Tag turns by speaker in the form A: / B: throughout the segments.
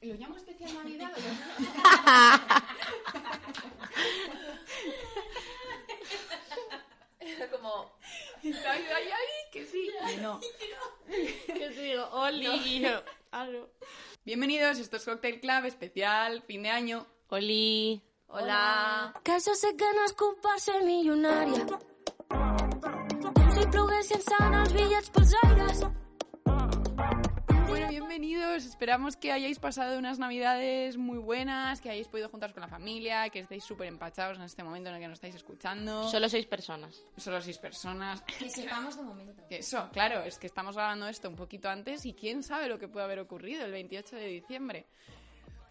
A: ¿Lo llamo especial Navidad? o lo llamo-
B: Era como,
A: ay, ay, ay, que sí. que no.
C: Que te digo, Oli. Aro.
A: Bienvenidos, esto es Cocktail Club especial, fin de año.
C: Oli.
B: hola.
D: Que jo sé que nascut per ser milionària. Com si ploguessin sant els bitllets pels aires.
A: Bueno, bienvenidos. Esperamos que hayáis pasado unas navidades muy buenas, que hayáis podido juntaros con la familia, que estéis súper empachados en este momento en el que nos estáis escuchando.
C: Solo seis personas.
A: Solo seis personas.
E: Que sepamos de momento.
A: Que Eso, claro, es que estamos grabando esto un poquito antes y quién sabe lo que puede haber ocurrido el 28 de diciembre.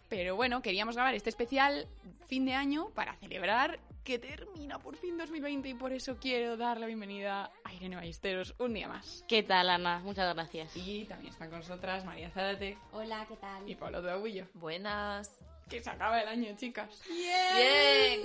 A: Pero bueno, queríamos grabar este especial fin de año para celebrar que termina por fin 2020 y por eso quiero dar la bienvenida a Irene Ballesteros un día más.
C: ¿Qué tal, Ana? Muchas gracias.
A: Y también están con nosotras María Zárate
E: Hola, ¿qué tal?
A: y Pablo Tabuillo.
B: Buenas.
A: Que se acaba el año, chicas.
B: Bien.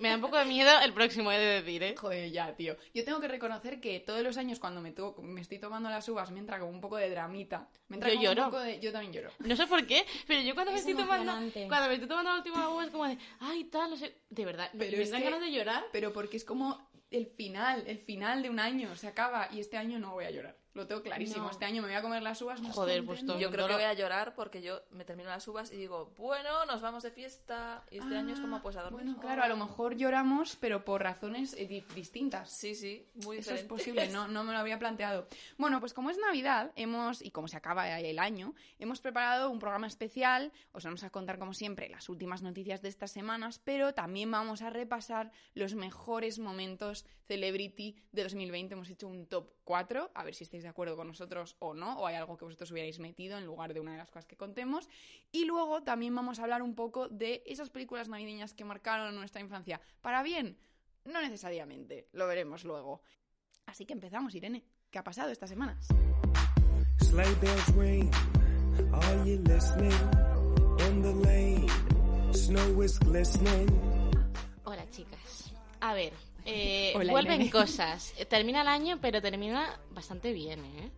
C: Me da un poco de miedo el próximo, he de decir, ¿eh?
A: Joder, ya, tío. Yo tengo que reconocer que todos los años cuando me, to- me estoy tomando las uvas me entra como un poco de dramita. Me entra
C: Yo
A: como un
C: lloro.
A: poco de- Yo también lloro.
C: No sé por qué, pero yo cuando me
E: Es
C: estoy tomando
E: emocionante.
C: cuando me estoy tomando la última uva es como de, ay, tal, no sé, de verdad,
A: Pero
C: me
A: es
C: dan
A: que-
C: ganas de llorar.
A: Pero porque es como el final, el final de un año, se acaba y este año no voy a llorar. Lo tengo clarísimo,
E: No.
A: este año me voy a comer las uvas. No
C: Joder,
A: estoy
C: pues
A: entendiendo.
B: Yo creo
C: Dolor.
B: que voy a llorar porque yo me termino las uvas y digo, bueno, nos vamos de fiesta. Y este año es como, pues a dormir.
A: Ah, Bueno, claro, a lo mejor lloramos, pero por razones eh, di- distintas.
B: Sí, sí, muy
A: Eso es
B: diferente.
A: posible, no, no me lo había planteado. Bueno, pues como es Navidad, hemos, y como se acaba el año, hemos preparado un programa especial. Os vamos a contar, como siempre, las últimas noticias de estas semanas, pero también vamos a repasar los mejores momentos celebrity de 2020. Hemos hecho un top 4, a ver si estáis de acuerdo con nosotros o no, o hay algo que vosotros hubierais metido en lugar de una de las cosas que contemos. Y luego también vamos a hablar un poco de esas películas navideñas que marcaron nuestra infancia. Para bien, no necesariamente, lo veremos luego. Así que empezamos, Irene. ¿Qué ha pasado estas semanas?
F: Sleigh bells ring. Are you listening? In the lane, snow is glistening.
C: Hola, chicas. A ver, eh,
A: Hola,
C: vuelven
A: Irene.
C: cosas. Termina el año, pero termina bastante bien, ¿eh?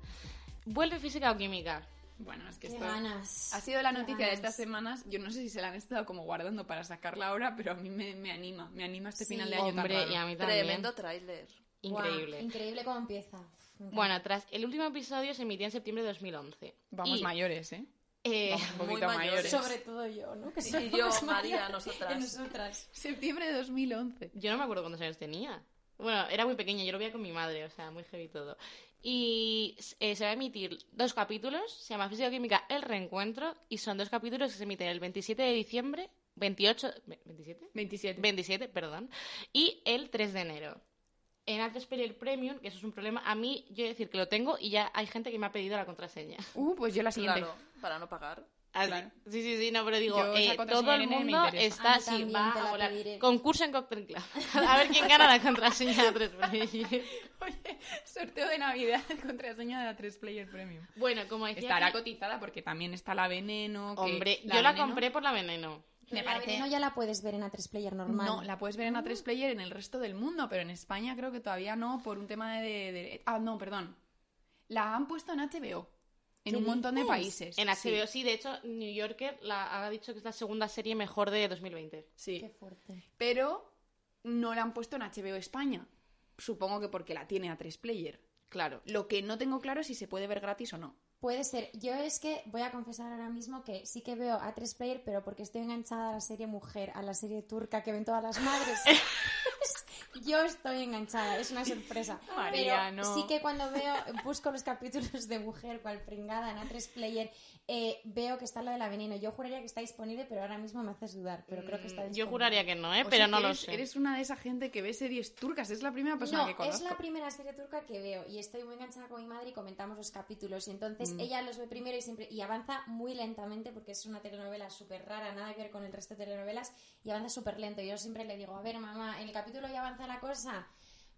C: Vuelve física o química.
A: Bueno, es que
E: Qué
A: esto
E: ganas.
A: ha sido la
E: Qué
A: noticia de
E: ganas.
A: estas semanas. Yo no sé si se la han estado como guardando para sacarla ahora, pero a mí me, me anima. Me anima este
E: Sí,
A: final de año tan
C: Hombre,
A: raro.
C: y a mí también.
B: Tremendo tráiler.
E: Guau,
C: Increíble. Pues
E: increíble cómo empieza.
C: Bueno, tras el último episodio se emitió en septiembre de 2011.
A: Vamos
C: Y,
A: mayores, ¿eh?
C: eh,
A: Vamos un
B: muy
A: poquito mayores.
B: mayores.
E: sobre todo yo, ¿no? Que soy
B: Y yo, María, nosotras.
E: nosotras.
A: Septiembre de 2011.
C: Yo no me acuerdo cuántos años tenía. Bueno, era muy pequeña, yo lo veía con mi madre, o sea, muy heavy todo. Y eh, se va a emitir dos capítulos, se llama Física Química El Reencuentro, y son dos capítulos que se emiten el 27 de diciembre, 28... ve- ¿27?
A: 27.
C: 27, perdón, y el 3 de enero. En Atlas el Premium, que eso es un problema, a mí yo he de decir que lo tengo y ya hay gente que me ha pedido la contraseña.
A: Uh, pues yo la siguiente.
B: Claro, para no pagar.
C: Así.
A: Claro.
C: Sí, sí, sí, no, pero digo,
A: Yo esa
C: eh,
A: contraseña
C: todo el
A: Irene me
C: mundo
A: interesa.
C: está,
E: A mí
C: sí,
E: Ah, también
C: va
E: te
C: a
E: la
C: volar.
E: pediré.
C: Concurso en Cocktail Club. A ver quién gana la contraseña de tres Player.
A: Oye, sorteo de Navidad, contraseña de la 3 Player Premium.
C: Bueno, como decía...
A: Estará
C: que-
A: cotizada porque también está la Veneno. que-
C: Hombre, yo la
A: Veneno-
C: compré por la Veneno.
A: Me
E: Me
A: parece-
E: parece. No, ya la puedes ver en A3 Player normal.
A: No, la puedes ver en A3 Player en el resto del mundo, pero en España creo que todavía no por un tema de... de- Ah, no, perdón. La han puesto en HBO, en un montón de países.
C: En
A: Sí.
C: HBO, sí. de hecho, New Yorker la, ha dicho que es la segunda serie mejor de 2020.
A: Sí,
E: Qué fuerte.
A: pero no la han puesto en HBO España. Supongo que porque la tiene A3 Player.
C: Claro.
A: Lo que no tengo claro es si se puede ver gratis o no.
E: Puede ser. Yo es que voy a confesar ahora mismo que sí que veo A3 Player, pero porque estoy enganchada a la serie Mujer, a la serie turca que ven todas las madres. Yo estoy enganchada, es una sorpresa.
A: María,
E: pero
A: no.
E: sí que cuando veo, busco los capítulos de Mujer, cual pringada, en A3 Player, eh, veo que está lo de la veneno. Yo juraría que está disponible, pero ahora mismo me haces dudar. Pero creo que está disponible.
C: Mm, Yo juraría que no, ¿eh?
A: O
C: pero
A: sea
C: no
A: que
C: lo
A: eres,
C: sé.
A: Eres una de esa gente que ve series turcas, es la primera persona
E: No,
A: que conozco.
E: es la primera serie turca que veo y estoy muy enganchada con mi madre y comentamos los capítulos y entonces ella los ve primero y siempre y avanza muy lentamente porque es una telenovela súper rara, nada que ver con el resto de telenovelas y avanza súper lento. Yo siempre le digo, a ver mamá, en el capítulo ya avanza la cosa.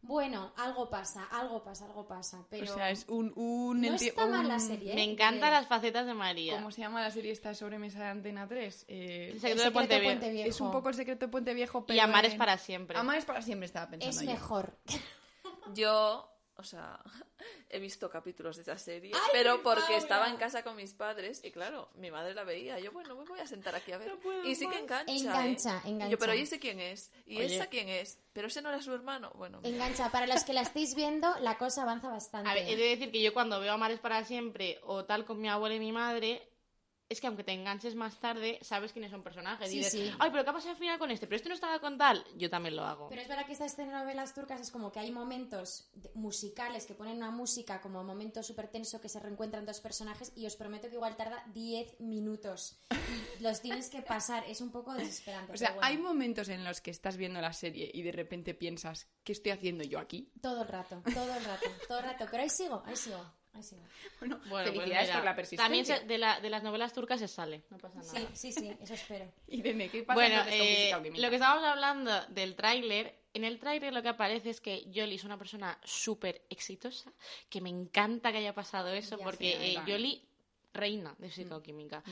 E: Bueno, algo pasa, algo pasa, algo pasa, pero
A: O sea, es un... un
E: no
A: enti-
E: está mal la
A: un-
E: serie. ¿eh?
C: Me encantan las facetas de María.
A: ¿Cómo se llama la serie esta sobremesa de Antena 3? Eh,
C: El
E: El
C: secreto de Puente
E: secreto
C: Viejo.
E: Puente
A: Es un
E: Viejo.
A: poco el secreto de Puente Viejo, pero...
C: Y amar
A: en-
C: es para siempre.
A: Amar es para siempre, estaba pensando
E: es
A: yo.
E: mejor.
B: Yo O sea, he visto capítulos de esa serie, pero porque estaba en casa con mis padres y claro, mi madre la veía. Yo, bueno, me voy a sentar aquí a ver. y sí que engancha. ¿eh?
E: Engancha, engancha.
B: Y Yo, pero ¿y ese quién es? ¿Y
C: Oye.
B: esa quién es? ¿Pero ese no era su hermano? Bueno,
E: Engancha, para los que la estáis viendo, la cosa avanza bastante.
C: A ver, he de decir que yo cuando veo Amares para siempre o tal con mi abuela y mi madre, es que aunque te enganches más tarde, sabes quiénes son personajes.
E: Sí,
C: dices,
E: sí.
C: ay, pero ¿qué ha pasado al final con este? Pero este no estaba con tal. Yo también lo hago.
E: Pero es verdad que estas telenovelas turcas es como que hay momentos de- musicales que ponen una música como momento súper tenso que se reencuentran dos personajes y os prometo que igual tarda 10 minutos. Y los tienes que pasar, es un poco desesperante.
A: O sea,
E: pero bueno,
A: hay momentos en los que estás viendo la serie y de repente piensas, ¿qué estoy haciendo yo aquí?
E: Todo el rato, todo el rato, todo el rato. Pero ahí sigo, ahí sigo, ahí sigo.
A: Bueno,
C: Bueno, pues
A: felicidades
C: mira,
A: por la persistencia.
C: También se- de, la- de las novelas turcas se sale, no pasa nada.
E: Sí, sí, sí, eso espero.
A: Y dime, ¿qué pasa
C: bueno,
A: entonces con
C: eh,
A: física o química?
C: lo que estábamos hablando del tráiler, en el tráiler lo que aparece es que Yoli es una persona súper exitosa, que me encanta que haya pasado eso,
E: Ya,
C: porque
A: sí,
C: eh,
A: claro.
C: Yoli, reina de física
A: Mm.
C: o química,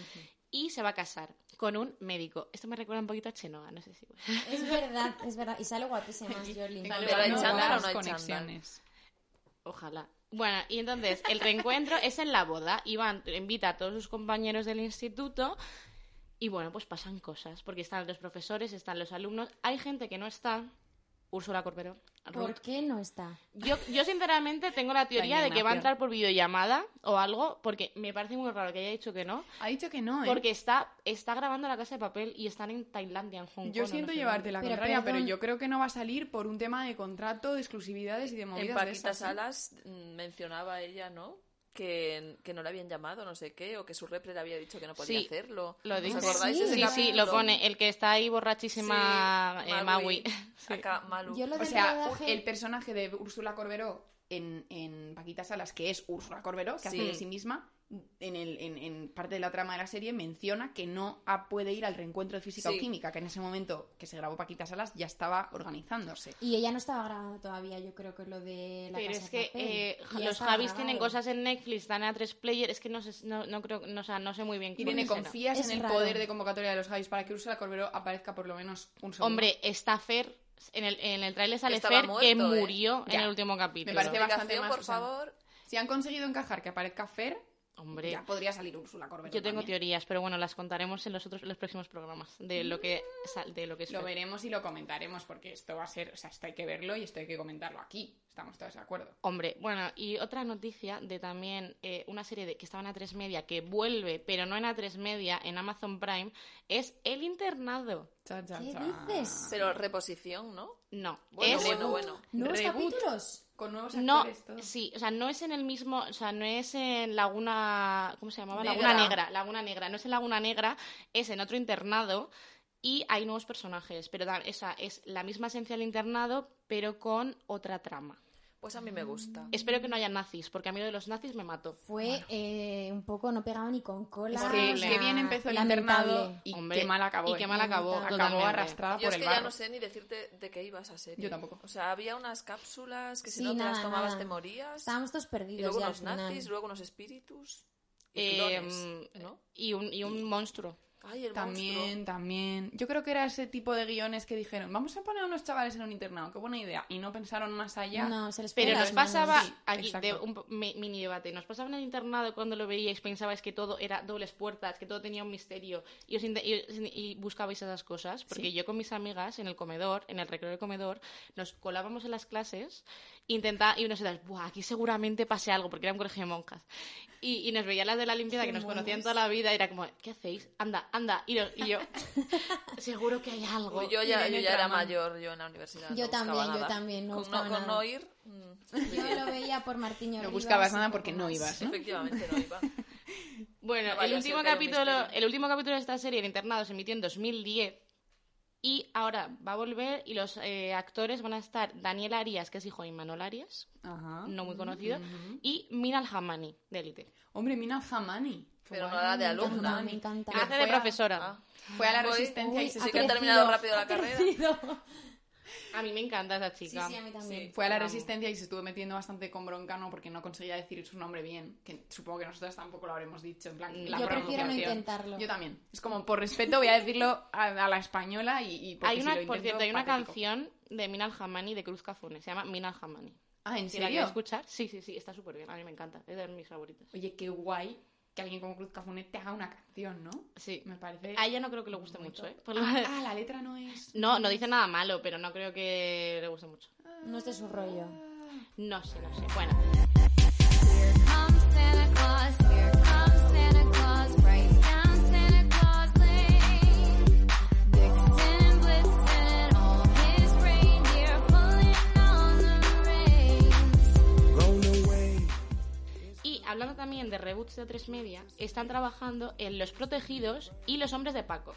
C: y se va a casar con un médico. Esto me recuerda un poquito a Chenoa, no sé si...
E: Es verdad, es verdad. Y sale guapísima, Jolie.
A: Tengo
B: Dale,
A: que
B: ¿para el
A: no
B: chándal
A: las
B: o no hay
A: conexiones.
C: Ojalá. Bueno, y entonces el reencuentro es en la boda. Iván invita a todos sus compañeros del instituto y bueno, pues pasan cosas, porque están los profesores, están los alumnos, hay gente que no está. Úrsula Corberó. Ruth.
E: ¿Por qué no está?
C: Yo, yo sinceramente tengo la teoría de que va a
A: indignación.
C: entrar por videollamada o algo, porque me parece muy raro que haya dicho que no,
A: Ha dicho que no, ¿eh?
C: porque está, está grabando la casa de papel y están en Tailandia, en Hong Kong.
A: yo
C: o
A: siento
C: no sé
A: llevarte
C: dónde.
A: la
E: Pero
A: contraria, pero
E: perdón.
A: yo creo que no va a salir por un tema de contrato, de exclusividades y de movidas de
B: en Paquita
A: esas, ¿eh?
B: Salas mm, mencionaba ella, ¿no? Que, que no le habían llamado, no sé qué, o que su repre le había dicho que no podía
C: Sí,
B: hacerlo.
C: Lo
B: ¿Os
C: dice.
B: acordáis de ese
C: Sí, sí,
B: capítulo?
C: lo pone. El que está ahí
B: Sí,
C: borrachísima eh, Maui.
B: Maui. Acá, Malu. Pues,
E: Yo lo
A: O
E: del
A: sea,
E: rodaje-
A: el personaje de Úrsula Corberó en, en Paquita Salas, que es Úrsula Corberó, que hace
B: Sí.
A: de sí misma, en, el, en, en parte de la trama de la serie menciona que no a- puede ir al reencuentro de física
B: Sí.
A: o química, que en ese momento que se grabó Paquita Salas ya estaba organizándose.
E: Y ella no estaba grabando todavía, yo creo que lo de la
C: Pero
E: casa
C: es
E: de
C: que
E: papel.
C: eh,
E: Y ya
C: los
E: estaba
C: Javis
E: grabado.
C: tienen cosas en Netflix, están a tres player, es que no sé, no, no creo, no, o sea, no sé muy bien cómo
A: Irene,
C: será.
A: ¿confías
E: Es
A: en el
E: raro.
A: poder de convocatoria de los Javis para que Úrsula Corberó aparezca por lo menos un segundo?
C: Hombre, está Fer, en el, en el trailer sale
B: Estaba
C: Fer que
B: muerto, ¿eh?
C: murió en
A: Ya.
C: el último capítulo.
A: Me parece
B: Explicación,
A: bastante más
B: por
A: usada.
B: favor.
A: si han conseguido encajar que aparezca Fer,
C: Hombre,
A: ya podría salir Úrsula Corberó.
C: yo tengo
A: también.
C: teorías, pero bueno, las contaremos en los otros, en los próximos programas de lo que sal- de lo que es
A: Lo
C: Fer.
A: veremos y lo comentaremos, porque esto va a ser, o sea, esto hay que verlo y esto hay que comentarlo aquí. Estamos todos de acuerdo.
C: Hombre, bueno, y otra noticia de también eh, una serie de, que estaba en A3 Media, que vuelve, pero no en A3 Media, en Amazon Prime, es El Internado.
A: Cha, cha,
E: ¿Qué
A: cha.
E: dices?
B: Pero reposición, ¿no?
C: No,
B: Bueno,
C: es...
B: bueno, bueno.
E: ¿Nuevos
A: Reboot.
E: capítulos?
A: Con nuevos
C: No,
A: actores, todo.
C: sí, o sea, no es en el mismo, o sea, no es en Laguna, ¿cómo se llamaba?
B: Negra.
C: Laguna Negra, Laguna Negra, no es en Laguna Negra, es en otro internado y hay nuevos personajes, pero da- o sea, es la misma esencia del internado, pero con otra trama.
B: Pues a mí me gusta.
C: Espero que no haya nazis, porque a mí lo de los nazis me mató.
E: Fue eh, un poco, no pegaba ni con cola.
A: Es
C: Horrible.
A: que,
E: o sea,
A: qué bien empezó el internado
E: lamentable.
A: y
C: Hombre,
A: qué mal acabó.
C: Y qué
A: ¿eh?
C: mal acabó,
E: Acabó
A: acabó
C: totalmente.
A: arrastrada
B: Yo
A: por
B: es
A: el
B: que
A: barro.
B: ya no sé ni decirte de qué iba esa serie.
A: Yo tampoco.
B: O sea, había unas cápsulas que si
E: Sí,
B: no te las
E: nada,
B: tomabas
E: nada.
B: te morías.
E: Estábamos todos perdidos
B: Y luego
E: ya
B: unos
E: al final.
B: nazis, luego unos espíritus. Y
C: Eh,
B: clones, ¿no?
C: Y un, y un monstruo.
B: Ay, el
A: También,
B: monstruo.
A: también. Yo creo que era ese tipo de guiones que dijeron, vamos a poner a unos chavales en un internado, qué buena idea. Y no pensaron más allá.
E: No, se les fue
C: Pero
E: de
C: nos
E: las manos.
C: pasaba,
A: Sí,
C: aquí,
A: exacto.
C: de un po- mi- mini debate, nos pasaba en el internado cuando lo veíais, pensabais que todo era dobles puertas, que todo tenía un misterio y, os inte- y os- y buscabais esas cosas, porque yo con mis amigas en el comedor, en el recreo del comedor, nos colábamos en las clases intenta y nos decíamos, Buah, aquí seguramente pase algo, porque era un colegio de monjas. Y, y nos veían las de la limpieza que nos conocían toda la vida, y era como, ¿qué hacéis? Anda, anda. Y, nos- y yo, seguro que hay algo.
B: Uy, yo ya,
A: Irene
B: yo ya era
A: Traman.
B: mayor, yo en la universidad.
E: Yo
B: no
E: también,
B: buscaba
E: yo
B: nada.
E: también, no
B: con,
E: buscaba
B: no, con
E: nada.
B: no ir. mm,
E: Yo lo veía por Martín
A: No
E: Rivas
A: buscabas
E: y
A: nada
E: un
A: porque
E: poco
A: no
E: más.
A: ibas, ¿no?
B: Efectivamente, no iba.
C: Bueno,
B: No vaya
C: el,
B: a
C: último
B: ser que haya un
C: capítulo,
B: misterio.
C: el último capítulo de esta serie, El internado, se emitió en 2010 y ahora va a volver y los eh, actores van a estar Daniel Arias, que es hijo de Imanol Arias,
A: Ajá.
C: no muy conocido,
A: Ujú.
C: y Minal Hamani, de Élite.
A: Hombre, Mina Hamani.
B: Pero no era de
E: encanta,
B: alumna.
E: me encanta.
A: Pero
C: Hace de
A: fue a-
C: profesora.
B: Ah.
A: Fue a la
B: Voy.
A: resistencia y
E: Uy,
A: se
B: Sí,
E: ha
B: sí que ha
E: crecido,
B: terminado rápido la
E: ha
B: carrera.
E: crecido.
C: A mí me encanta esa
E: Sí,
C: chica.
E: sí, a mí también.
A: Fue a la
C: Vamos.
A: resistencia y se estuvo metiendo bastante con broncano porque no conseguía decir su nombre bien, que supongo que nosotras tampoco lo habremos dicho, en plan, la
E: Yo prefiero no
A: pronunciación.
E: intentarlo.
A: Yo también. Es como, por respeto, voy a decirlo a, a la española y, y porque
C: Hay una,
A: si lo
C: por
A: intento,
C: cierto, hay una
A: patético.
C: canción de Minal Hamani de Cruz Cafune, se llama Minal Hamani.
A: Ah, ¿en
C: Si la quieres
A: serio?
C: escuchar, sí, sí, sí, está súper bien. A mí me encanta. Es de mis favoritas.
A: Oye, qué guay que alguien como Cruz Cafunet te haga una canción, ¿no?
C: Sí.
A: Me parece...
C: A ella no creo que le guste mucho, ¿eh? Por lo-
A: Ah, ah, la letra no es...
C: No, no dice nada malo, pero no creo que le guste mucho.
E: No es de su rollo.
C: No sé, no sé. Bueno,
F: Blown away.
C: y hablando también de reboots de tres media, están trabajando en Los Protegidos y Los Hombres de Paco.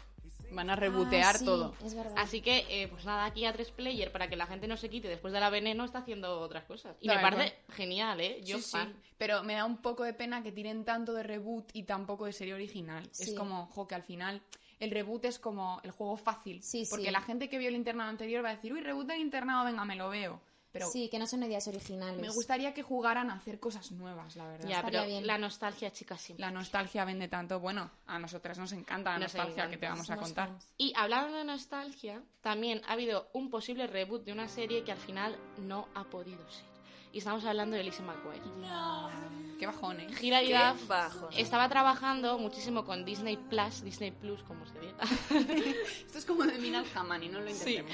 A: Van a rebotear
E: Ah, sí,
A: todo.
E: Es verdad.
C: Así que, eh, pues nada, aquí a tres player para que la gente no se quite después de la veneno está haciendo otras cosas. Y
A: Tal
C: me parece genial, ¿eh? Yo
A: Sí, sí.
C: fan.
A: Pero me da un poco de pena que tiren tanto de reboot y tampoco de serie original. Es
E: Sí.
A: como, jo, que al final el reboot es como el juego fácil.
E: Sí,
A: porque
E: sí.
A: la gente que vio el internado anterior va a decir, uy, reboot del internado, venga, me lo veo. Pero
E: Sí, que no son ideas originales.
A: me gustaría que jugaran a hacer cosas nuevas, la verdad.
C: Ya,
E: Estaría
C: pero
E: bien.
C: la nostalgia, chicas, siempre.
A: La nostalgia vende tanto. Bueno, a nosotras nos encanta la
C: Nos
A: nostalgia que
C: encanta.
A: te vamos a
E: Somos
A: contar.
E: fans.
C: Y hablando de nostalgia, también ha habido un posible reboot de una serie que al final no ha podido ser. Y estamos hablando de Lizzie McGuire.
A: Qué bajón, ¿eh?
C: Gira
B: Qué
C: Giraffe
B: Ah, bajo.
C: estaba trabajando muchísimo con Disney Plus, Disney Plus, como se diga.
A: Esto es como de Minal Hamani, no lo intentemos.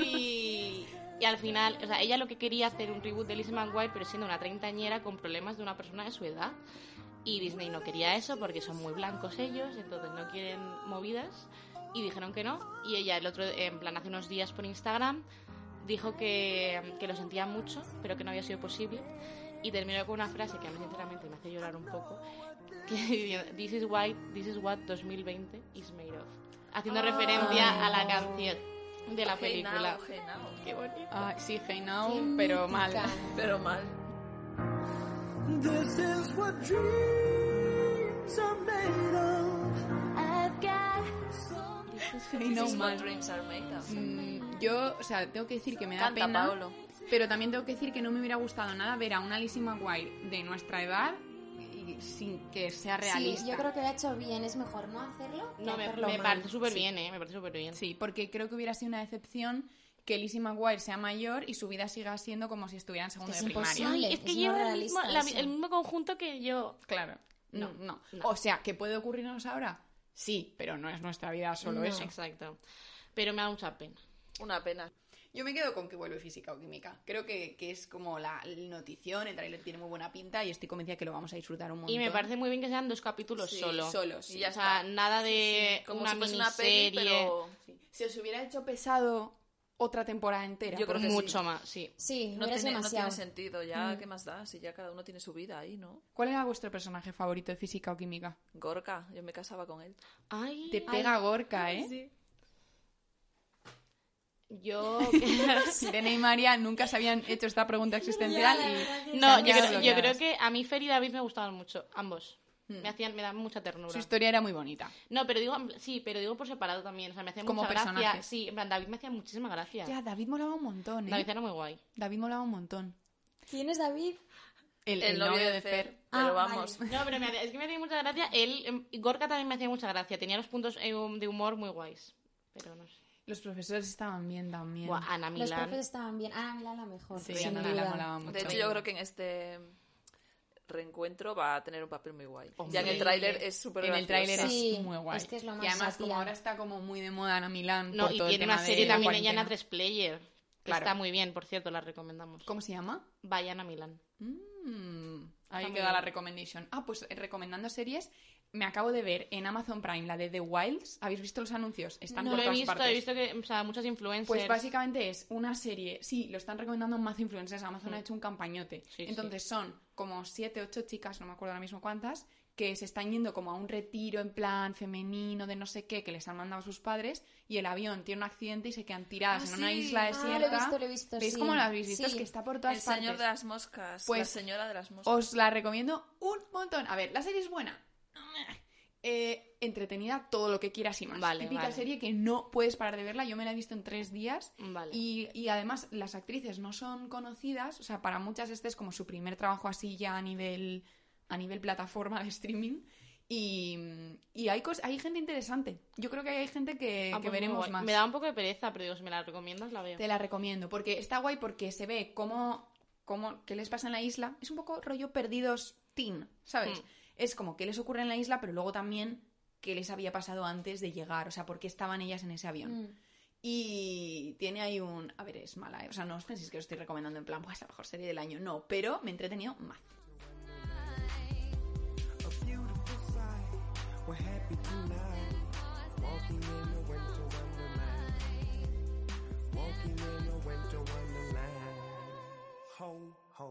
C: Y, y al final, o sea, ella lo que quería hacer un reboot de Lizzie McGuire, pero siendo una treintañera con problemas de una persona de su edad. Y Disney no quería eso porque son muy blancos ellos, entonces no quieren movidas. Y dijeron que no. Y ella, el otro, en plan, hace unos días por Instagram, dijo que, que lo sentía mucho, pero que no había sido posible. Y terminó con una frase que a mí, sinceramente, me hace llorar un poco. Que This is why, this is what 2020 is made of. Haciendo referencia a la canción de la
B: Hey now,
C: película.
B: hey now.
C: Qué bonito.
A: Ah, sí, Hey Now,
E: Qué
A: pero mal.
E: mítica.
B: Pero mal.
F: This is what dreams are made of.
A: Hey
B: This
A: Now
B: is what
A: mal.
B: dreams are made of.
A: Mm, yo, o sea, tengo que decir que me da
B: Canta,
A: pena.
B: Paolo.
A: Pero también tengo que decir que no me hubiera gustado nada ver a una Lizzie McGuire de nuestra edad y- sin que sea realista.
E: Sí, yo creo que lo ha hecho bien. Es mejor no hacerlo que
C: No, me,
E: hacerlo
C: me
E: mal.
C: parece súper bien, ¿eh? Me parece súper bien.
A: Sí, porque creo que hubiera sido una decepción que Lizzie McGuire sea mayor y su vida siga siendo como si estuviera en segundo
E: Es
A: de primaria.
E: imposible.
C: Ay, es que
E: Es no
C: lleva el mismo,
E: realista
C: la-
E: eso.
C: el mismo conjunto que yo.
A: Claro. No,
C: No,
A: no, O sea, ¿que puede ocurrirnos ahora? Sí, pero no es nuestra vida solo eso.
C: Exacto. Pero me da mucha pena.
B: Mm. Una pena.
A: Yo me quedo con que vuelve física o química. Creo que, que es como la notición, el tráiler tiene muy buena pinta y estoy convencida que lo vamos a disfrutar un montón.
C: Y me parece muy bien que sean dos capítulos
B: Sí,
C: solo.
A: solo,
B: Y
A: sí.
B: ya
C: O sea,
B: está.
C: nada de
B: Como
C: una
B: si fuese una
C: miniserie.
B: peli, pero
A: Sí. Si os hubiera hecho pesado otra temporada entera.
B: Yo
A: por
B: creo que
C: Mucho más, sí.
E: Sí, hubiera
B: no tiene,
E: sido
B: no
E: demasiado.
B: tiene sentido. Ya, ¿qué más da? Si ya cada uno tiene su vida ahí, ¿no?
A: ¿Cuál era vuestro personaje favorito de física o química?
B: Gorka, yo me casaba con él.
C: Ay,
A: Te pega Gorka, ¿eh?
B: Sí.
C: ay, yo.
A: Irene y María nunca se habían hecho esta pregunta existencial y
C: no, yo creo,
A: Bloqueadas.
C: yo creo que a mí Fer y David me gustaban mucho, ambos. Me hacían, me dan mucha
A: su
C: ternura.
A: historia era muy bonita.
C: No, pero digo, en pl- sí, pero digo por separado también. O sea, me hacían
A: Como
C: mucha gracia.
A: personajes.
C: Sí, en plan, David me hacía muchísima gracia.
A: Ya, David molaba un montón, ¿eh?
C: David era muy guay.
A: David molaba un montón.
E: ¿Quién es David?
A: El, el novio de Fer.
E: Ah,
B: Pero
E: vale.
B: vamos.
C: No, pero me hacía- es que me hacía mucha gracia. Él, em, y Gorka también me hacía mucha gracia. Tenía los puntos eh, um, de humor muy guays. Pero no sé.
A: Los profesores estaban bien también.
C: Buah, ah, Ana
E: Los
C: Milán.
E: profes estaban bien. Ah, Milán la mejor.
A: Sí,
E: sin
A: Ana
E: duda.
A: la molaba mucho.
B: De hecho, yo creo que en este reencuentro va a tener un papel muy guay.
C: Hombre.
B: Ya en el tráiler es súper
A: en el tráiler
B: graciosa.
E: Sí,
A: este es muy guay.
E: es que es lo más
A: y además, como
E: sátira.
A: ahora está como muy de moda Ana Milán.
C: No,
A: por
C: y
A: todo el
C: tiene
A: tema
C: una
A: de
C: serie
A: la
C: también ella en
A: cuarentena.
C: A3 Player. Que
A: Claro.
C: está muy bien, por cierto, la recomendamos.
A: ¿Cómo se llama?
C: Vayan a Milán.
A: Mm,
C: Está
A: ahí
C: muy
A: queda la
C: bien.
A: recommendation. Ah, pues eh, recomendando series, me acabo de ver en Amazon Prime la de The Wilds. ¿Habéis visto los anuncios? Están
C: No
A: por
C: lo he
A: todas
C: visto,
A: partes.
C: he visto que, o sea, muchas influencers.
A: Pues básicamente es una serie, sí, lo están recomendando más influencers, Amazon ha hecho un campañote.
C: Sí,
A: Entonces son como siete, ocho chicas, no me acuerdo ahora mismo cuántas, que se están yendo como a un retiro en plan femenino de no sé qué que les han mandado sus padres y el avión tiene un accidente y se quedan tiradas
B: Ah,
A: en una
B: sí.
A: isla
E: lo
B: Ah,
E: he
A: desierta.
E: visto, lo he visto,
A: ¿Veis
E: sí.
A: cómo lo habéis visto? Es
E: Sí.
A: que está por todas
B: El señor
A: partes.
B: de las moscas.
A: Pues-
B: la señora de las moscas.
A: Os la recomiendo un montón. A ver, la serie es buena. Eh, entretenida, todo lo que quieras y más.
C: Vale,
A: Típica
C: vale.
A: serie que no puedes parar de verla. Yo me la he visto en tres días.
C: Mm, Vale. Ah,
A: Y, eh, y además, las actrices no son conocidas. O sea, para muchas este es como su primer trabajo así ya a nivel, a nivel plataforma de streaming. Y, y hay, cos- hay gente interesante. Yo creo que hay gente que,
C: Ah,
A: que
C: pues muy
A: veremos
C: guay.
A: más.
C: Me da un poco de pereza, pero digo, si me la recomiendas, la veo.
A: Te la recomiendo, porque está guay porque se ve cómo cómo, qué les pasa en la isla. Es un poco rollo perdidos teen,
C: Mm,
A: ¿sabes? Es como qué les ocurre en la isla, pero luego también qué les había pasado antes de llegar, o sea, por qué estaban ellas en ese avión.
E: Mm.
A: Y tiene ahí un... A ver, es mala, ¿eh? O sea, no os penséis que os estoy recomendando en plan, pues la mejor serie del año. No, pero me he entretenido más.
F: a beautiful sight. We're happy tonight. Walking in a winter wonderland. Walking in a winter wonderland. Ho, ho,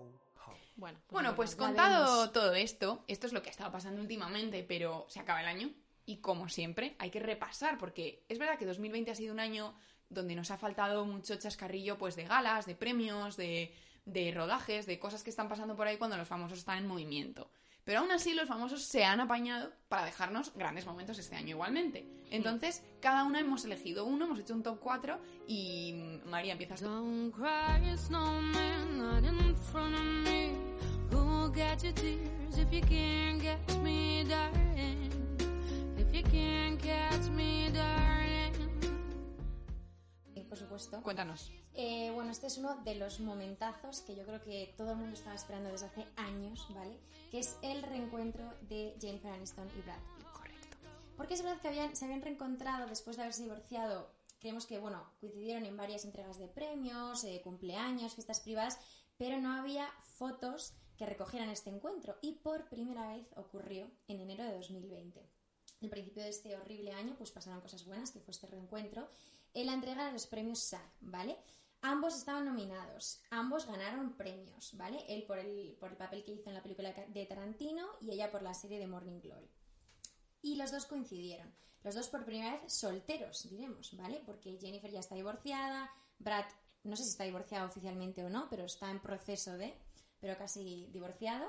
F: ho.
C: Bueno, pues,
A: Bueno,
C: nada
A: pues
C: más.
A: contado todo esto, esto es lo que ha estado pasando últimamente, pero se acaba el año y como siempre hay que repasar porque es verdad que 2020 ha sido un año donde nos ha faltado mucho chascarrillo pues de galas, de premios, de, de rodajes, de cosas que están pasando por ahí cuando los famosos están en movimiento. Pero aún así los famosos se han apañado para dejarnos grandes momentos este año igualmente. Entonces, cada una hemos elegido uno, hemos hecho un top 4 y mm, María empiezas tú.
D: Don't cry, it's no man, not in front of me. Who'll get your tears if you can't catch me, darling? If you can't catch me, darling.
E: Eh, Por supuesto.
A: Cuéntanos.
E: Eh, bueno, este es uno de los momentazos que yo creo que todo el mundo estaba esperando desde hace años, ¿vale? Que es el reencuentro de Jennifer Aniston y Brad Pitt.
A: Correcto.
E: Porque es verdad que habían, se habían reencontrado después de haberse divorciado. Creemos que, bueno, coincidieron en varias entregas de premios, eh, cumpleaños, fiestas privadas, pero no había fotos que recogieran este encuentro. Y por primera vez ocurrió en enero de 2020. Al principio de este horrible año, pues pasaron cosas buenas, que fue este reencuentro, en la entrega de los premios SAG, ¿vale? Ambos estaban nominados, ambos ganaron premios, ¿vale? Él por el, por el papel que hizo en la película de Tarantino y ella por la serie de Morning Glory. Y los dos coincidieron. Los dos por primera vez solteros, diremos, ¿vale? Porque Jennifer ya está divorciada, Brad no sé si está divorciado oficialmente o no, pero está en proceso de, pero casi divorciado.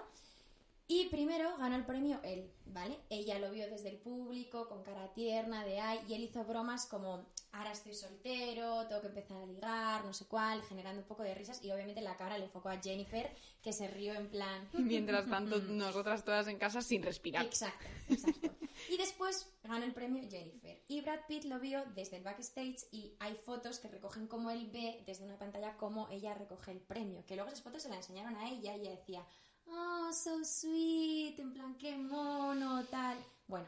E: Y primero ganó el premio él, ¿vale? Ella lo vio desde el público, con cara tierna, de ay, y él hizo bromas como, ahora estoy soltero, tengo que empezar a ligar, no sé cuál, generando un poco de risas, y obviamente la cámara le enfocó a Jennifer, que se rió en plan,
A: Mientras tanto, nosotras todas en casa sin respirar.
E: Exacto, exacto. Y después ganó el premio Jennifer. Y Brad Pitt lo vio desde el backstage y hay fotos que recogen cómo él ve desde una pantalla cómo ella recoge el premio. Que luego esas fotos se la enseñaron a ella y ella decía, oh, so sweet, en plan, qué mono, tal. Bueno,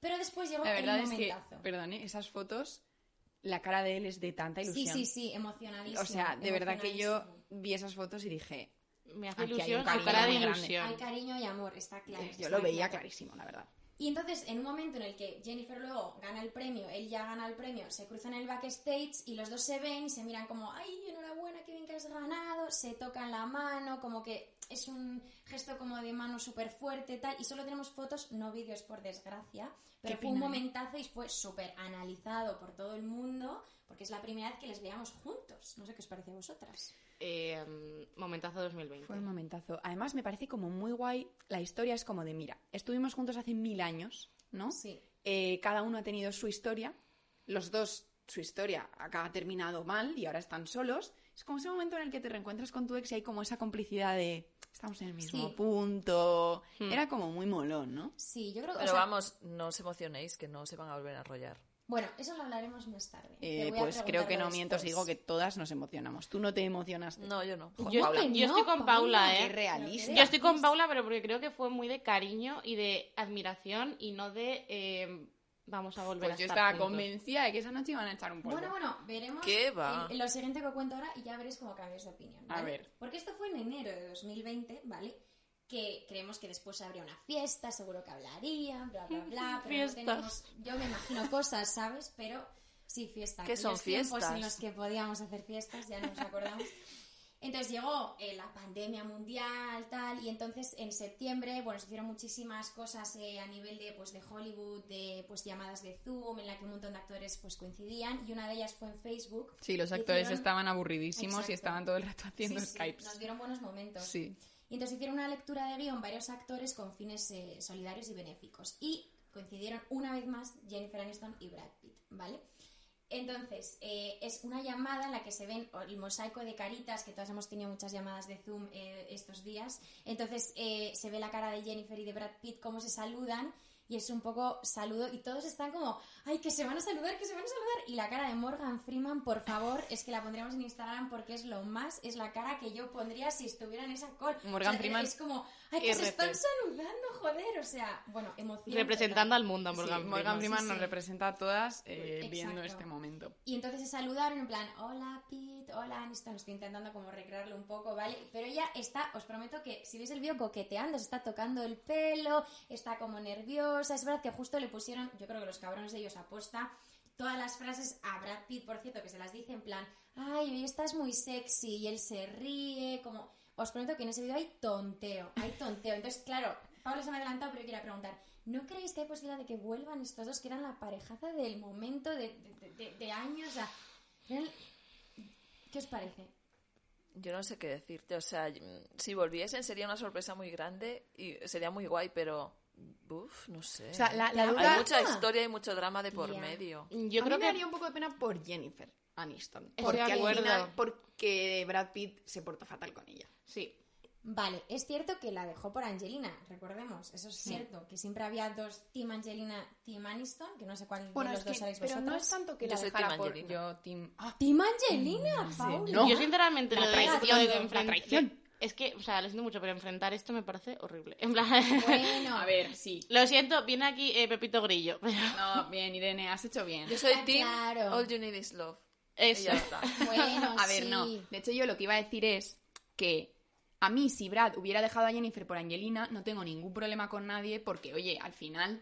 E: pero después llegó
A: La verdad
E: el
A: es que,
E: momentazo.
A: perdón, ¿eh? esas fotos, la cara de él es de tanta
E: Sí,
A: ilusión.
E: sí, sí, emocionadísimo.
A: O sea, de verdad que yo
E: emocionadísimo.
A: vi esas fotos y dije,
C: Me hace
A: Aquí hay un
C: ilusión,
A: cariño
C: su cara de
A: muy grande.
E: Hay
C: ilusión.
E: cariño y amor, está claro.
A: Eh, yo
E: está
A: lo veía
E: claro.
A: clarísimo, la verdad.
E: Y entonces, en un momento en el que Jennifer luego gana el premio, él ya gana el premio, se cruzan en el backstage y los dos se ven y se miran como, ay, enhorabuena, qué bien que has ganado, se tocan la mano, como que es un gesto como de mano súper fuerte, tal, y solo tenemos fotos, no vídeos por desgracia, pero
A: Qué
E: fue un
A: pena, ¿eh?
E: momentazo y fue súper analizado por todo el mundo, porque es la primera vez que les veíamos juntos, no sé qué os parece a vosotras.
C: Eh, momentazo 2020.
A: Fue un momentazo. Además, me parece como muy guay. La historia es como de, mira, estuvimos juntos hace mil años, ¿no?
E: Sí,
A: Eh, cada uno ha tenido su historia. Los dos, su historia acá ha terminado mal y ahora están solos. Es como ese momento en el que te reencuentras con tu ex y hay como esa complicidad de estamos en el mismo
E: Sí.
A: punto.
C: Hmm.
A: Era como muy molón, ¿no?
E: sí, yo creo que... o
B: Pero
E: sea,
B: vamos, no os emocionéis que no se van a volver a enrollar.
E: Bueno, eso lo hablaremos más tarde.
A: Eh,
E: Te voy a
A: pues creo que
E: preguntarlo
A: no miento si
E: después.
A: digo que todas nos emocionamos. Tú no te emocionaste.
B: No, yo no. pues
A: Jo,
C: Yo
A: Paula,
C: estoy- yo estoy con Paula,
A: qué
C: ¿eh?
A: realista.
C: Yo estoy con Paula, pero porque creo que fue muy de cariño y de admiración y no de eh, vamos a volver
A: Pues
C: a
A: yo
C: estar
A: estaba
C: juntos.
A: convencida de que esa noche iban a echar un polvo.
E: Bueno, bueno, veremos
B: ¿Qué va?
E: el- lo siguiente que cuento ahora y ya veréis cómo cambiáis de opinión.
A: A
E: ¿vale?
A: ver.
E: Porque esto fue en enero de 2020, ¿vale? Que creemos que después habría una fiesta, seguro que hablarían, bla, bla, bla. Pero no
C: Fiestas.
E: tenemos, yo me imagino cosas, ¿sabes? Pero sí, fiesta.
B: ¿Qué son
E: Aquellos tiempos
B: fiestas?
E: en los que podíamos hacer fiestas, ya nos acordamos. Entonces llegó eh, la pandemia mundial, tal, y entonces en septiembre, bueno, se hicieron muchísimas cosas eh, a nivel de, pues, de Hollywood, de pues, llamadas de Zoom, en la que un montón de actores pues, coincidían, y una de ellas fue en Facebook.
A: Sí, los
E: Hicieron-
A: actores estaban aburridísimos
E: Exacto.
A: y estaban todo el rato
E: Sí,
A: haciendo
E: sí,
A: Skypes.
E: Nos dieron buenos momentos.
A: Sí.
E: Y entonces hicieron una lectura de guión varios actores con fines eh, solidarios y benéficos. Y coincidieron una vez más Jennifer Aniston y Brad Pitt, ¿vale? Entonces, eh, es una llamada en la que se ven el mosaico de caritas, que todas hemos tenido muchas llamadas de Zoom eh, estos días. Entonces, eh, se ve la cara de Jennifer y de Brad Pitt, cómo se saludan. Y y es un poco saludo y todos están como, ay, que se van a saludar, que se van a saludar. Y la cara de Morgan Freeman, por favor, es que la pondríamos en Instagram porque es lo más, es la cara que yo pondría si estuviera en esa call.
A: Morgan Freeman
E: Es como, ay, que se
A: RP.
E: están saludando, joder, o sea, bueno, emoción.
C: Representando
E: total.
C: al mundo, a Morgan
A: Sí,
C: Freeman.
A: Morgan Freeman
E: Sí,
A: nos
E: sí.
A: representa a todas eh,
E: Exacto.
A: viendo este momento.
E: Y entonces se saludaron en plan, hola Pete, hola Aniston, estoy intentando como recrearlo un poco, ¿vale? Pero ella está, os prometo que si veis el vídeo coqueteando, se está tocando el pelo, está como nerviosa, es verdad que justo le pusieron, yo creo que los cabrones de ellos aposta, todas las frases a Brad Pitt, por cierto, que se las dice en plan, ay, hoy estás muy sexy, y él se ríe, como, os prometo que en ese vídeo hay tonteo, hay tonteo. Entonces, claro, Pablo se me ha adelantado, pero yo quería preguntar, ¿no creéis que hay posibilidad de que vuelvan estos dos, que eran la parejaza del momento, de, de, de- de años? O sea, eran- ¿Qué os parece?
B: Yo no sé qué decirte, o sea, y- si volviesen sería una sorpresa muy grande y sería muy guay, pero. Uf, no sé.
A: O sea, la, la duda...
B: Hay mucha historia y mucho drama de por
E: Ya.
B: medio.
C: Yo
A: a
C: creo
A: mí me
C: que
A: daría un poco de pena por Jennifer Aniston.
C: de
A: Porque al
C: acuerdo.
A: final, porque Brad Pitt se portó fatal con ella.
C: sí.
E: Vale, es cierto que la dejó por Angelina, recordemos, eso es cierto, que siempre había dos Team Angelina, Team Aniston, que no sé cuál de los dos
A: pero
E: sabéis vosotros.
A: no es tanto que
B: Yo
A: la
B: soy
A: dejara
B: team
A: por...
B: Angelina.
A: Yo, team... Ah,
E: Team Angelina, Paula.
A: No.
C: Yo sinceramente
A: La
C: lo de-
A: traición,
C: lo de
A: la
C: enfrentar-
A: traición.
C: Es que, o sea, lo siento mucho, pero enfrentar esto me parece horrible. En plan...
E: Bueno,
A: a ver, sí.
C: Lo siento, viene aquí eh, Pepito Grillo. pero-
A: No, bien, Irene, has hecho bien.
B: Yo soy
E: Ah,
B: Team
E: claro.
B: All You Need Is Love. Y
C: Eso.
B: ya está.
E: bueno,
A: a ver,
E: sí.
A: no. De hecho, yo lo que iba a decir es que a mí, si Brad hubiera dejado a Jennifer por Angelina, no tengo ningún problema con nadie porque, oye, al final,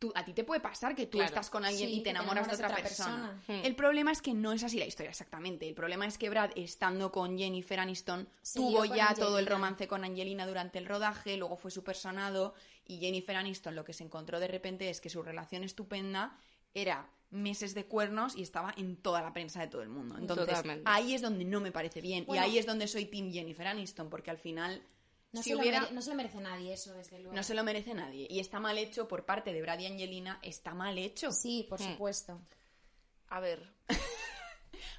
A: tú, a ti te puede pasar que tú
C: Claro.
A: estás con alguien
E: Sí,
A: y
E: que te
A: te enamoras de otra,
E: enamoras de otra
A: persona.
C: persona. Hmm.
A: El problema es que no es así la historia exactamente. El problema es que Brad, estando con Jennifer Aniston,
E: Siguió
A: tuvo
E: con
A: ya todo el
E: Angelina.
A: romance con Angelina durante el rodaje, luego fue supersonado y Jennifer Aniston lo que se encontró de repente es que su relación estupenda era meses de cuernos y estaba en toda la prensa de todo el mundo. Entonces,
C: Totalmente.
A: ahí es donde no me parece bien.
E: Bueno.
A: y ahí es donde soy Team Jennifer Aniston, porque al final,
E: No,
A: si
E: se lo
A: hubiera.
E: mere- no se lo merece nadie eso, desde luego.
A: No se lo merece nadie. Y está mal hecho por parte de Brad y Angelina. Está mal hecho.
E: Sí, por
C: Hmm.
E: supuesto.
B: A ver,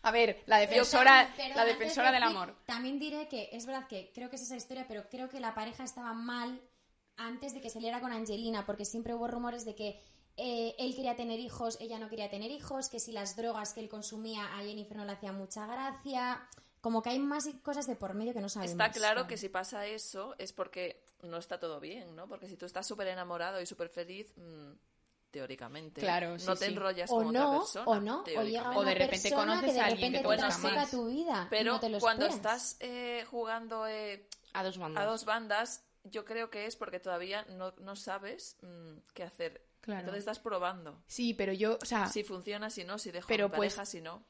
A: A ver, la defensora,
E: Perdón,
A: la
E: antes
A: defensora
E: de
A: del
E: decir,
A: amor.
E: También diré que es verdad que creo que es esa historia, pero creo que la pareja estaba mal antes de que saliera con Angelina, porque siempre hubo rumores de que eh, él quería tener hijos, ella no quería tener hijos, que si las drogas que él consumía a Jennifer no le hacía mucha gracia. Como que hay más cosas de por medio que no sabemos.
B: está claro
E: Vale.
B: que si pasa eso es porque no está todo bien, ¿no? Porque si tú estás súper enamorado y súper feliz, mm, teóricamente,
A: Claro, sí,
B: no te
A: sí.
B: enrollas
E: o
B: con
E: no,
B: otra persona.
E: o no, o
B: teóricamente.
E: llega
A: O de
E: una
A: repente
E: persona
A: conoces
E: que de
A: a alguien
E: repente
A: que
E: te
A: te gusta
E: trastoca
B: más.
E: tu vida. y
B: Pero
E: no te lo
B: cuando
E: esperas.
B: estás eh, jugando eh,
C: A dos bandas.
B: a dos bandas, yo creo que es porque todavía no, no sabes mm, qué hacer.
A: Claro.
B: Entonces estás probando.
A: Sí, pero yo, o sea,
B: Si funciona, si no, si dejo
A: Pero
B: a mi
A: pues,
B: pareja, si no.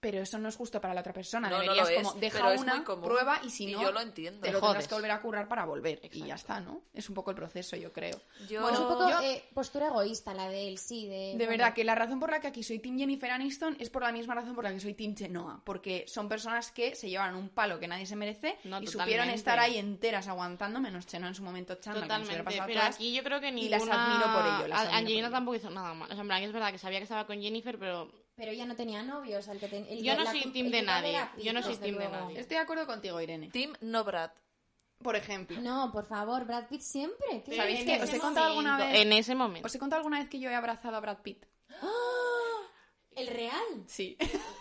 A: pero eso no es justo para la otra persona.
B: No, no lo
A: Deberías
B: es,
A: como, deja
B: pero es
A: una
B: muy común.
A: prueba y si
B: Y
A: no,
B: yo lo entiendo.
A: te
B: Te
A: lo tendrás
C: jodes.
A: que volver a currar para volver. Y ya
C: Exacto.
A: está, ¿no? Es un poco el proceso, yo creo.
B: Yo...
E: Bueno, es un poco
A: yo-
E: eh, postura egoísta la de él, sí. De,
A: De
E: bueno,
A: verdad que la razón por la que aquí soy Team Jennifer Aniston es por la misma razón por la que soy Team Chenoa, porque son personas que se llevaron un palo que nadie se merece
C: No,
A: y
C: totalmente.
A: supieron estar ahí enteras aguantando, menos Chenoa en su momento Chandler, que nos hubiera
C: Totalmente,
A: pasado a
C: pero
A: todas.
C: aquí yo creo que
A: y las
C: ninguna...
A: admiro por ello, las
C: A-
A: admiro por
C: Angelina
A: ello.
C: tampoco hizo nada mal. O sea, en plan, es verdad que sabía que estaba con Jennifer, pero
E: Pero ella no tenía novio, o sea, el que ten- el
C: Yo
E: que-
C: no
E: la
C: soy
E: culp-
C: team
E: el
C: de
E: culpable
C: nadie.
E: era Pete,
C: Yo no soy
E: desde
C: team de
E: luego.
C: nadie.
A: Estoy de acuerdo contigo, Irene.
B: Team no Brad.
A: Por ejemplo,
E: No, por favor, Brad Pitt siempre. ¿qué
A: ¿Sabéis
E: dices?
A: qué?
C: que
A: Os he
E: Hacemos-
A: contado alguna vez-
C: En ese momento.
A: ¿os he contado alguna vez que yo he abrazado a Brad Pitt?
E: El real. Oh,
A: Sí,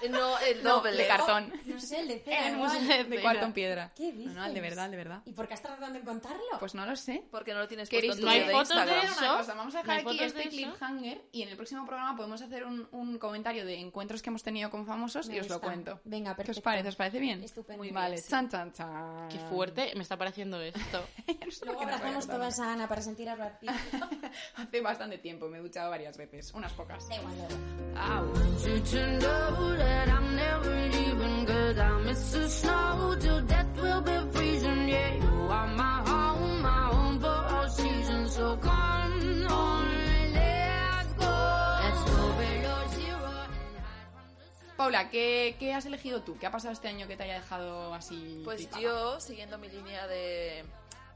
B: No, el
A: No,
B: doble.
A: de cartón.
E: No sé, el de cera.
C: En
E: igual.
C: museo
A: De cuarto en piedra.
E: ¿Qué
A: No, no, el de
E: dices?
A: verdad, el de verdad.
E: ¿Y por qué has tratado de contarlo?
A: Pues no lo sé.
B: Porque no lo tienes puesto
A: ¿Queréis
B: en
A: que
B: tu
C: No hay
B: bio de
C: fotos de
B: Instagram.
C: eso?
A: una cosa? Vamos a
C: ¿No
A: dejar
C: hay
A: aquí
C: fotos
A: este
C: de eso?
A: cliffhanger y en el próximo programa podemos hacer un, un comentario de encuentros que hemos tenido con famosos
E: Me
A: y os lo
E: gusta.
A: cuento.
E: Venga,
A: ¿Qué os
E: perfecto.
A: parece? ¿Os parece bien?
E: Estupendo.
A: Muy
E: Muy
A: vale,
E: bien, sí.
A: chan, chan, chan.
C: Qué
E: Ah.
C: fuerte me está pareciendo esto.
A: Ya no sé por
E: Luego
A: qué no
E: abrazamos
A: voy a
E: todas a Ana para sentir a Brad Pitt.
A: acordarme. Hace bastante tiempo, me he duchado varias veces, unas pocas.
E: Da igual, da igual.
A: Au.
D: you to know that I'm never leaving good. I miss the snow till death will be freezing. Yeah, you are my home, my home for all seasons. So come on, let's go. Let's go below zero.
A: Paula, ¿qué, qué has elegido tú? ¿Qué ha pasado este año que te haya dejado así?
B: Pues
A: flipada?
B: yo, siguiendo mi línea de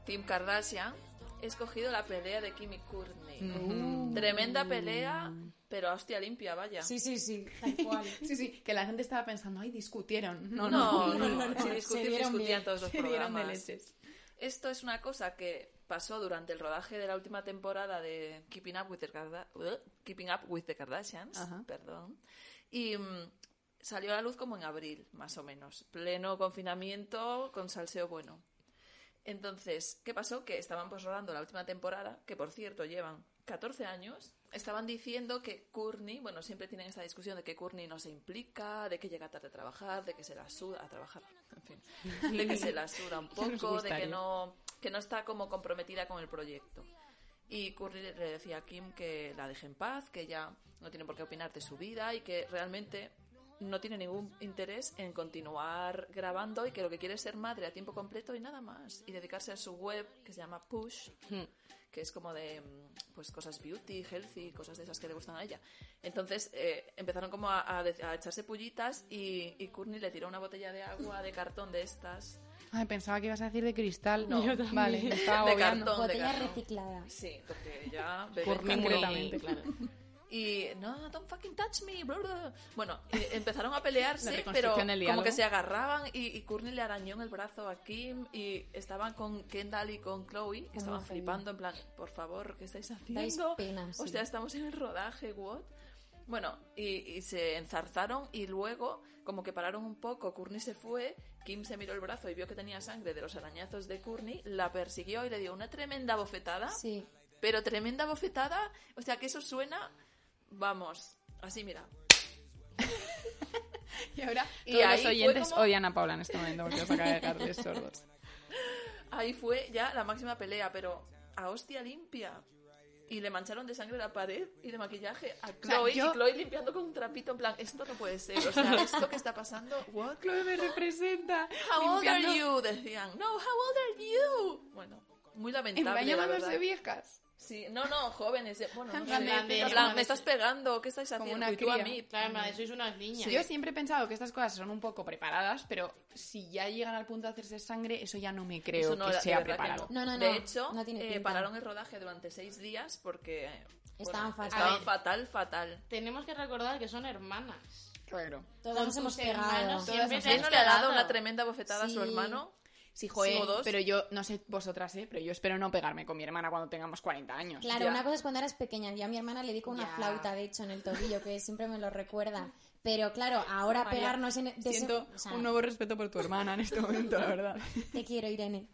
B: Team Kardashian, he escogido la pelea de Kim y Courtney.
C: Mm.
B: Tremenda pelea, pero a hostia limpia, vaya.
E: Sí, sí, sí, tal cual.
A: Sí, sí, que la gente estaba pensando, ay, discutieron. No, no.
B: No, no,
E: no, no, no,
B: si
E: se
B: discutir,
E: dieron
B: discutían
E: bien.
B: todos los
A: Se dieron de
B: programas.
A: leches.
B: Esto es una cosa que pasó durante el rodaje de la última temporada de Keeping Up with the, Karda- uh, Keeping Up with the Kardashians,
A: Ajá.
B: perdón, y mm, salió a la luz como en abril, más o menos, pleno confinamiento con salseo bueno. Entonces, ¿qué pasó? Que estaban pues rodando la última temporada, que por cierto llevan 14 años. Estaban diciendo que Courtney, bueno, siempre tienen esta discusión de que Courtney no se implica, de que llega tarde a trabajar, de que se la suda a trabajar, en fin, de que se la suda un
A: Ya nos
B: poco, de que
A: gustaría.
B: no, que no está como comprometida con el proyecto. Y Curry le le decía a Kim que la deje en paz, que ya no tiene por qué opinar de su vida y que realmente no tiene ningún interés en continuar grabando y que lo que quiere es ser madre a tiempo completo y nada más. Y dedicarse a su web que se llama Push, que es como de mm, pues cosas beauty, healthy, cosas de esas que le gustan a ella. Entonces eh, empezaron como a, a de- a echarse pullitas y, y Courtney le tiró una botella de agua de cartón de estas.
A: Ay, pensaba que ibas a decir de cristal.
B: No. Yo
C: también.
A: vale, me estaba
B: De
A: agobiando.
B: cartón. ¿Dónde
E: Botella
B: ganó?
E: reciclada.
B: Sí, porque ya... bebé
A: Courtney
B: cartón.
A: muy- Concretamente.
C: claro.
B: Y no, don't fucking touch me. bla, bla, bla. Bueno, eh, empezaron a pelearse,
A: La
B: pero
A: reconstrucción del
B: como
A: diálogo.
B: que se agarraban y, y Courtney le arañó en el brazo a Kim y estaban con Kendall y con Chloe, que estaban
E: genial.
B: flipando en plan, por favor, ¿qué estáis
E: Dais
B: haciendo?
E: pena, sí.
B: O sea, estamos en el rodaje, what? Bueno, y, y se enzarzaron y luego como que pararon un poco, Courtney se fue, Kim se miró el brazo y vio que tenía sangre de los arañazos de Courtney, la persiguió y le dio una tremenda bofetada.
E: Sí.
B: Pero tremenda bofetada. O sea, que eso suena. Vamos, así mira.
A: Y ahora
B: Y
A: todos
B: ahí
A: los
B: fue
A: oyentes
B: como-
A: odian a Paula en este momento porque os acaba de dejarles sordos.
B: Ahí fue ya la máxima pelea, pero a hostia limpia. Y le mancharon de sangre la pared y de maquillaje a
A: sea,
B: Chloe.
A: yo-
B: Y Chloe limpiando con un trapito, en plan, esto no puede ser. O sea, esto que está pasando, what?
A: Chloe me representa.
B: How old are
A: limpiando-
B: you? Decían, no, how old are you? Bueno, muy
A: En plan
B: lamentable. la
A: llamándose
B: verdad.
A: viejas.
B: Sí, no, no, jóvenes. eh, Bueno,
A: En
B: no
A: plan
B: sé,
A: de-
B: en plan, me estás pegando, ¿qué estáis
A: Como
B: haciendo?
A: una
B: y tú a
A: cría.
B: mí.
C: Claro, en plan, sois unas niñas.
A: Yo siempre he pensado que estas cosas son un poco preparadas, pero si ya llegan al punto de hacerse sangre, eso ya no me creo
B: Eso no,
A: que
B: la- de
A: sea
B: verdad que
A: preparado.
E: No, no, no.
B: De hecho,
E: no tiene
B: eh,
E: pinta.
B: pararon el rodaje durante seis días porque eh,
E: Estaban fatal.
C: A
B: estaban
C: ver.
B: fatal, fatal.
C: Tenemos que recordar que son hermanas.
A: Claro.
E: Todos
C: Con
E: nos hemos
C: tus
E: pegado.
A: Todas
C: hermanos siempre
A: nos
C: te
B: ¿Quién
C: has
B: no le ha dado
C: pegado.
B: una tremenda bofetada a su
E: Sí.
B: hermano?
A: Sí, joder,
B: o dos.
A: pero yo, no sé vosotras, ¿eh? pero yo espero no pegarme con mi hermana cuando tengamos 40 años.
E: Claro,
B: Ya.
E: una cosa es cuando eras pequeña. Yo a mi hermana le di con una
C: Ya.
E: flauta, de hecho, en el tobillo, que siempre me lo recuerda. Pero claro, ahora
A: María,
E: pegarnos en... de ese-
A: Siento
E: o sea,
A: un nuevo respeto por tu hermana en este momento, la verdad.
E: Te quiero, Irene.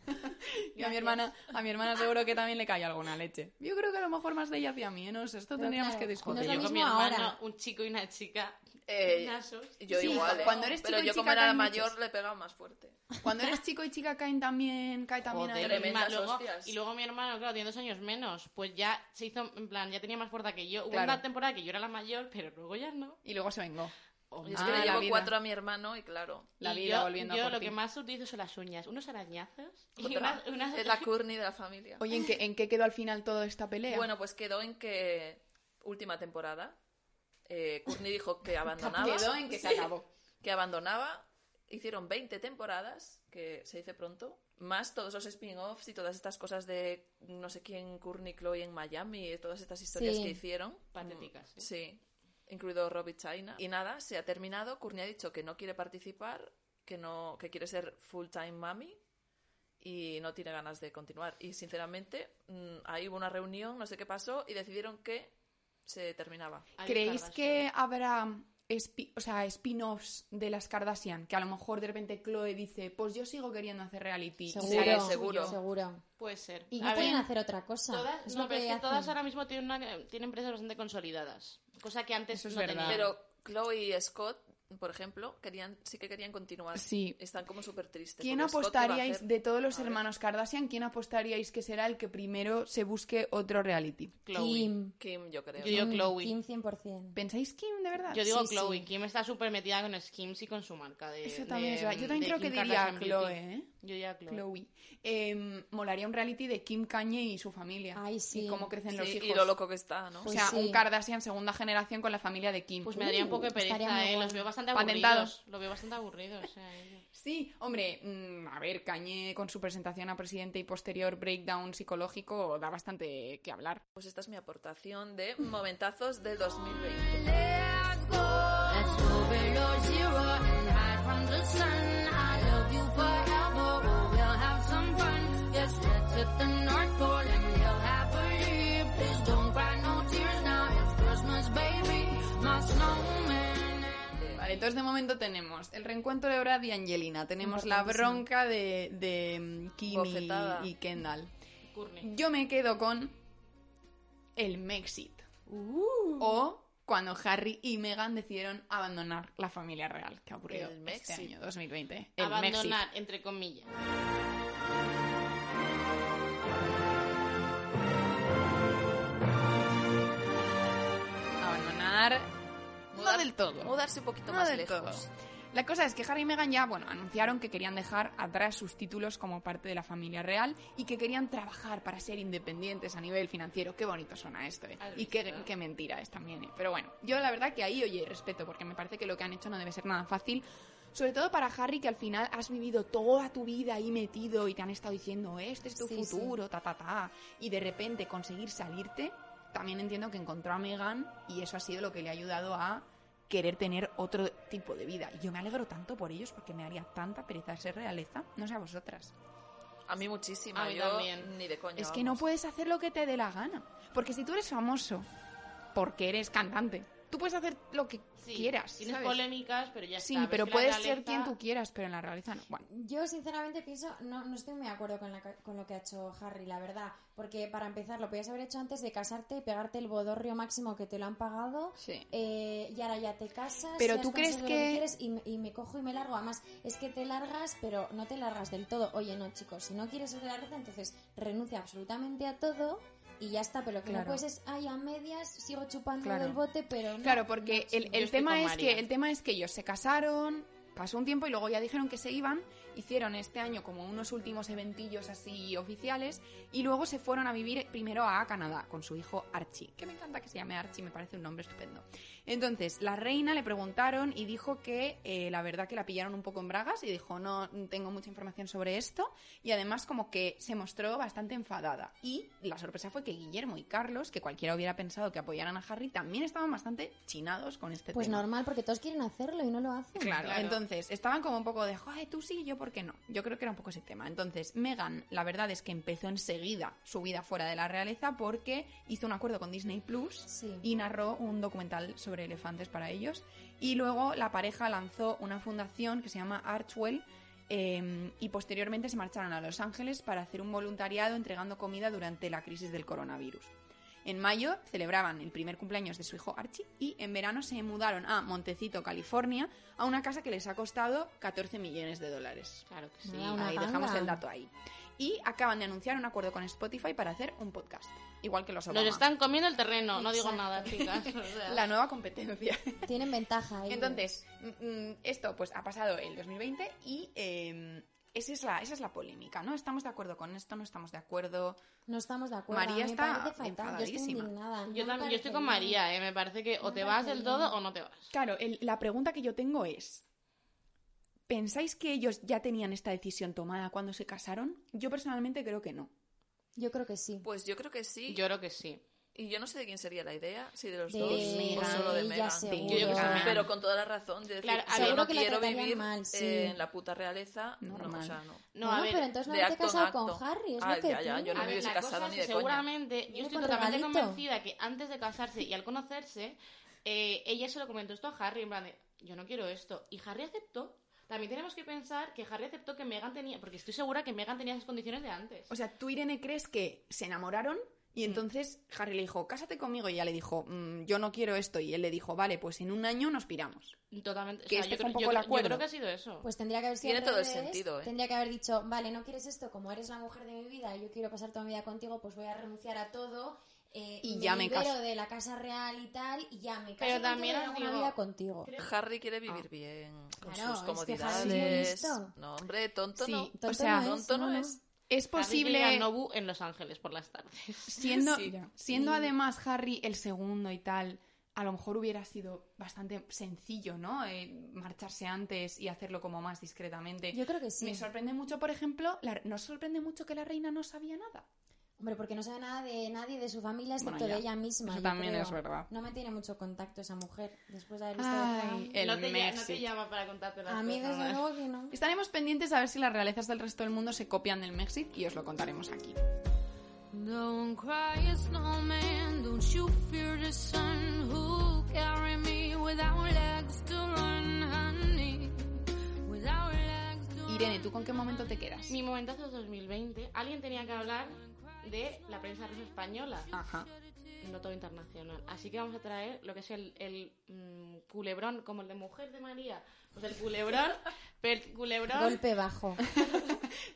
A: Yo a mi hermana, a mi hermana seguro que también le cae alguna leche. Yo creo que a lo mejor más de ella hacia mí, ¿eh? no sé, esto
E: Pero
A: tendríamos
E: claro,
A: que discutir.
E: no es
C: Yo
E: lo
C: con mi
E: mismo
C: hermano,
E: ahora.
C: un chico y una chica.
B: Eh,
C: Nasos.
B: yo
A: Sí,
B: igual,
A: cu-
B: ¿eh?
A: cuando eres
B: pero
A: chico y
B: yo como
A: chica
B: era la
A: caen
B: mayor
A: muchos. Ah,
B: le pegaba más fuerte.
A: Cuando eres chico y chica caen también, cae también
C: Joder,
A: ahí.
C: y
B: tremendas
C: más luego-
B: hostias.
C: y luego mi hermano, claro, tiene dos años menos, pues ya se hizo, en plan, ya tenía más fuerza que yo. Hubo
A: Claro.
C: una temporada que yo era la mayor, pero luego ya no.
A: Y luego se vengó.
B: Y es
A: Ah,
B: que
A: la
B: le llevo
A: vida.
B: cuatro a mi hermano y claro.
A: La
C: Y
A: vida
C: yo,
A: volviendo a
C: yo
A: por
C: lo
A: ti.
C: que más utilizo son las uñas, unos arañazos y
B: otra,
C: unas, unas-
B: Es la Courtney de la familia.
A: Oye, ¿en qué, ¿en qué quedó al final toda esta pelea?
B: Bueno, pues quedó en que última temporada eh, Courtney dijo que abandonaba.
A: quedó en que se
B: pues Sí.
A: acabó.
B: que abandonaba. Hicieron 20 temporadas, que se dice pronto, más todos los spin-offs y todas estas cosas de no sé quién, Courtney Chloe en Miami, todas estas historias
E: Sí.
B: que hicieron.
C: Patéticas, ¿eh?
B: Mm, Sí, incluido Robbie China. Y nada, se ha terminado. Courtney ha dicho que no quiere participar, que, no, que quiere ser full-time mami y no tiene ganas de continuar. Y sinceramente, mm, ahí hubo una reunión, no sé qué pasó, y decidieron que se terminaba.
C: Ay,
A: ¿Creéis
C: Kardashian.
A: que habrá espi- o sea, spin-offs de las Kardashian? Que a lo mejor de repente Chloe dice, pues yo sigo queriendo hacer reality.
E: Seguro,
B: Sí,
A: Haré
B: seguro.
E: seguro.
C: Puede ser.
E: Y
C: A
E: no
C: ver,
E: pueden hacer otra cosa.
C: todas,
E: Es
C: no,
E: lo
C: pero
E: que
C: es que todas
E: hacen.
C: ahora mismo tienen, una- tienen empresas bastante consolidadas, cosa que antes
A: Eso es
C: no
A: verdad.
C: tenían.
B: Pero Chloe y Scott, por ejemplo, querían, sí que querían continuar.
A: Sí.
B: Están como súper tristes.
A: ¿Quién
B: porque Scott iba a
A: apostaríais
B: hacer-
A: de todos
B: A
A: los
B: ver.
A: hermanos Kardashian? ¿Quién apostaríais que será el que primero se busque otro reality?
C: Chloe.
E: Kim.
B: Kim, yo creo.
C: Yo digo
E: Mm,
C: Chloe.
E: Kim 100%.
A: ¿Pensáis Kim de verdad?
C: Yo digo
E: Sí, sí.
C: Chloe, Kim está súper metida con Skims y con su marca de.
A: Eso también
C: de-
A: es verdad. Yo también
C: de
A: creo
C: Kim
A: que diría
C: Kardashian Beauty.
A: Chloe, ¿eh?
C: Yo diría Chloe.
A: Chloe. Em, molaría un reality de Kim Kanye y su familia.
E: Ay, sí.
A: Y cómo crecen los
B: Sí,
A: hijos.
B: y lo loco que está, ¿no?
A: O
E: Pues
A: sea,
E: sí.
A: un Kardashian segunda generación con la familia de Kim.
C: Pues me daría un poco de
E: Uh, estaría
C: pereza,
E: muy
C: ¿eh?
E: guay.
C: Los veo bastante
A: Patentados.
C: aburridos. Los veo bastante aburridos. eh, o sea, ellos.
A: Sí, hombre, mm, a ver, Cañé con su presentación a presidente y posterior breakdown psicológico da bastante que hablar.
B: Pues esta es mi aportación de momentazos del 2020.
D: Let's go below zero and hide Oh, from the sun. I love you forever, but we'll have some fun. Yes, let's hit at the North Pole and they'll have a year. Please don't cry no tears now. It's Christmas, baby. My snowman.
A: Vale, entonces de momento tenemos el reencuentro de Brad y Angelina, tenemos la
E: Importantísimo.
A: bronca de, de mm, Kim y,
B: Bofetada.
A: y Kendall.
C: Courtney.
A: Yo me quedo con el Mexit.
B: Uh.
A: O cuando Harry y Meghan decidieron abandonar la familia real, que ha ocurrido
B: El
A: este
B: Mexit.
A: año 2020. El Mexit.
C: Abandonar, entre comillas.
A: Abandonar. No
B: Mudar-
A: del todo.
B: Mudarse un poquito
A: No
B: más
A: del
B: lejos.
A: todo. La cosa es que Harry y Meghan ya, bueno, anunciaron que querían dejar atrás sus títulos como parte de la familia real y que querían trabajar para ser independientes a nivel financiero. Qué bonito suena esto, ¿eh?
C: Has
A: Y qué,
C: visto.
A: qué mentira es también, ¿eh? Pero bueno, yo la verdad que ahí, oye, respeto, porque me parece que lo que han hecho no debe ser nada fácil. Sobre todo para Harry, que al final has vivido toda tu vida ahí metido y te han estado diciendo, este es tu
E: Sí, sí.
A: futuro, ta, ta, ta. Y de repente conseguir salirte, también entiendo que encontró a Meghan y eso ha sido lo que le ha ayudado a querer tener otro tipo de vida. Y yo me alegro tanto por ellos porque me haría tanta pereza ser realeza. No sé a vosotras.
B: A mí muchísima.
C: A mí
B: yo
C: también.
B: ni de coña.
A: es que no
B: vamos.
A: puedes hacer lo que te dé la gana. Porque si tú eres famoso, porque eres cantante, tú puedes hacer lo que
C: Sí,
A: quieras.
C: Tienes
A: ¿sabes?
C: polémicas, pero ya está.
A: Sí,
C: Ves
A: pero
C: que la
A: puedes ser
C: realeza-
A: quien tú quieras, pero en la realeza no. Bueno,
E: Yo sinceramente pienso, no, no estoy muy de acuerdo con, la ca- con lo que ha hecho Harry, la verdad, porque para empezar lo podías haber hecho antes de casarte y pegarte el bodorrio máximo que te lo han pagado
A: sí.
E: eh, y ahora ya te casas.
A: Pero
E: y has
A: tú crees
E: conseguido lo
A: que-
E: quieres y, me- y me cojo y me largo. Además, es que te largas, pero no te largas del todo. Oye, no, chicos, si no quieres ser la reta, entonces renuncia absolutamente a todo y ya está. Pero lo que
A: Claro.
E: no puedes es, ay, a medias sigo chupando
A: Claro.
E: del bote, pero no.
A: Claro, porque
E: no,
A: el,
E: sí.
A: el
C: Yo estoy
A: tema
C: con
A: es
C: María.
A: que el tema es que ellos se casaron, pasó un tiempo y luego ya dijeron que se iban, hicieron este año como unos últimos eventillos así oficiales y luego se fueron a vivir primero a Canadá con su hijo Archie, que me encanta que se llame Archie, me parece un nombre estupendo. Entonces, la reina le preguntaron y dijo que eh, la verdad que la pillaron un poco en bragas y dijo, no tengo mucha información sobre esto y además como que se mostró bastante enfadada. Y la sorpresa fue que Guillermo y Carlos, que cualquiera hubiera pensado que apoyaran a Harry, también estaban bastante chinados con este
E: Pues
A: tema.
E: normal, porque todos quieren hacerlo y no lo hacen.
A: Claro,
C: Claro.
A: entonces estaban como un poco de, joder, tú sí, yo por qué no. Yo creo que era un poco ese tema. Entonces, Megan, la verdad es que empezó enseguida su vida fuera de la realeza porque hizo un acuerdo con Disney Plus
E: Sí.
A: y narró un documental sobre elefantes para ellos. Y luego la pareja lanzó una fundación que se llama Archwell. eh, y posteriormente se marcharon a Los Ángeles para hacer un voluntariado entregando comida durante la crisis del coronavirus. En mayo celebraban el primer cumpleaños de su hijo Archie y en verano se mudaron a Montecito, California, a una casa que les ha costado 14 millones de dólares.
C: Claro que sí.
E: Nada, una
A: ahí dejamos
E: ganga.
A: el dato ahí. Y acaban de anunciar un acuerdo con Spotify para hacer un podcast, igual que los Obama.
C: Nos están comiendo el terreno, no digo
E: Exacto.
C: nada, chicas. o sea.
A: La nueva competencia.
E: Tienen ventaja ahí.
A: Entonces, mm, mm, esto pues ha pasado el 2020 y eh, esa, es la, esa es la polémica, ¿no? Estamos de acuerdo con esto, no estamos de acuerdo.
E: No estamos de acuerdo.
A: María
E: a mí
A: está
E: me parece fatal. Yo estoy
A: enfadadísima.
E: indignada. No me
C: Yo, también, yo estoy
E: parece
C: con
E: bien.
C: María, eh, me parece que o
E: No
C: te
E: me
C: vas
E: parece
C: del todo
E: bien.
C: o no te vas.
A: Claro, el- la pregunta que yo tengo es, ¿pensáis que ellos ya tenían esta decisión tomada cuando se casaron? Yo personalmente creo que no.
E: Yo creo que sí.
B: Pues yo creo que sí.
C: Yo creo que sí.
B: Y yo no sé de quién sería la idea, si de los
E: De
B: dos o
A: Meghan,
B: solo de
E: ella
B: Megan.
E: seguro.
C: Yo digo que sí.
B: Pero con toda la razón de decir,
C: Claro,
B: yo
C: seguro
B: no
E: que la
B: quiero
E: tratarían
B: vivir
E: mal, sí.
B: eh, en la puta realeza. No,
A: Normal.
B: o sea, no.
C: No,
E: Bueno,
C: a ver.
E: pero entonces no
B: de
E: te he
B: acto en
E: casado con
B: acto.
E: Harry. Es
B: Ah,
E: lo que
B: ya, ya,
E: tú.
B: yo no
C: A
B: me
C: ver,
B: hubiese
C: la
B: casado
C: cosa
B: ni
C: es
B: de
C: que
B: coña.
C: seguramente, yo
E: Viene
C: estoy
E: con
C: totalmente
E: regalito.
C: convencida que antes de casarse y al conocerse, eh, ella se lo comentó esto a Harry, en plan de, yo no quiero esto. Y Harry aceptó. También tenemos que pensar que Harry aceptó que Megan tenía, porque estoy segura que Megan tenía esas condiciones de antes.
A: O sea, tú, Irene, crees que se enamoraron y entonces Harry le dijo, cásate conmigo y ella le dijo, "Mm, yo no quiero esto. Y él le dijo, vale, pues en un año nos piramos.
C: totalmente. o
A: que
C: sea,
A: este
C: yo,
A: fue un
C: creo- yo
A: poco el
C: creo- yo
A: acuerdo.
C: creo que ha sido eso.
E: Pues tendría que haber sido.
B: Tiene
E: al
B: todo el
E: revés.
B: sentido, ¿eh?
E: Tendría que haber dicho, vale, no quieres esto, como eres la mujer de mi vida y yo quiero pasar toda mi vida contigo, pues voy a renunciar a todo. eh,
A: Y ya me
E: libero
A: caso.
E: de la casa real y tal, y ya me caso.
C: Pero también
E: contigo y
C: os
E: hago una
C: digo-
E: vida contigo.
B: Harry quiere vivir bien,
E: Claro,
B: con sus
E: es que Harry es
B: comodidades.
E: muy listo.
B: no, hombre, tonto
A: Sí,
B: no.
A: o sea,
B: tonto no es.
A: Es
C: Harry llega a
A: Pues posible,
C: Nobu en Los Ángeles por las tardes.
A: siendo,
B: Sí.
A: siendo además Harry el segundo y tal, a lo mejor hubiera sido bastante sencillo, ¿no? Eh, marcharse antes y hacerlo como más discretamente.
E: Yo creo que sí.
A: Me sorprende mucho, por ejemplo, la- nos sorprende mucho que la reina no sabía nada.
E: Hombre, porque no sabe nada de nadie de su familia excepto
A: Bueno, ya.
E: de ella misma.
A: Eso
E: yo
A: también
E: creo.
A: es verdad.
E: No me tiene mucho contacto esa mujer después de haber visto The Crown.
A: Ay, el
C: no, te, lla- no
A: Mercy.
C: te llama para contarte las
E: A mí
C: cosas.
E: desde
C: ¿no?
E: luego que no.
A: Estaremos pendientes a ver si las realezas del resto del mundo se copian del Mexit y os lo contaremos aquí.
D: Don't cry, a snowman. Don't you fear the sun who'll carry me without legs to run, honey. Without legs to
A: Irene, ¿tú con qué momento te quedas?
C: Mi momentazo es 2020. Alguien tenía que hablar de la prensa rusa española,
A: Ajá.
C: no todo internacional. Así que vamos a traer lo que es el, el, mm, culebrón, como el de Mujer de María. Pues el culebrón, pero el culebrón,
E: Golpe bajo.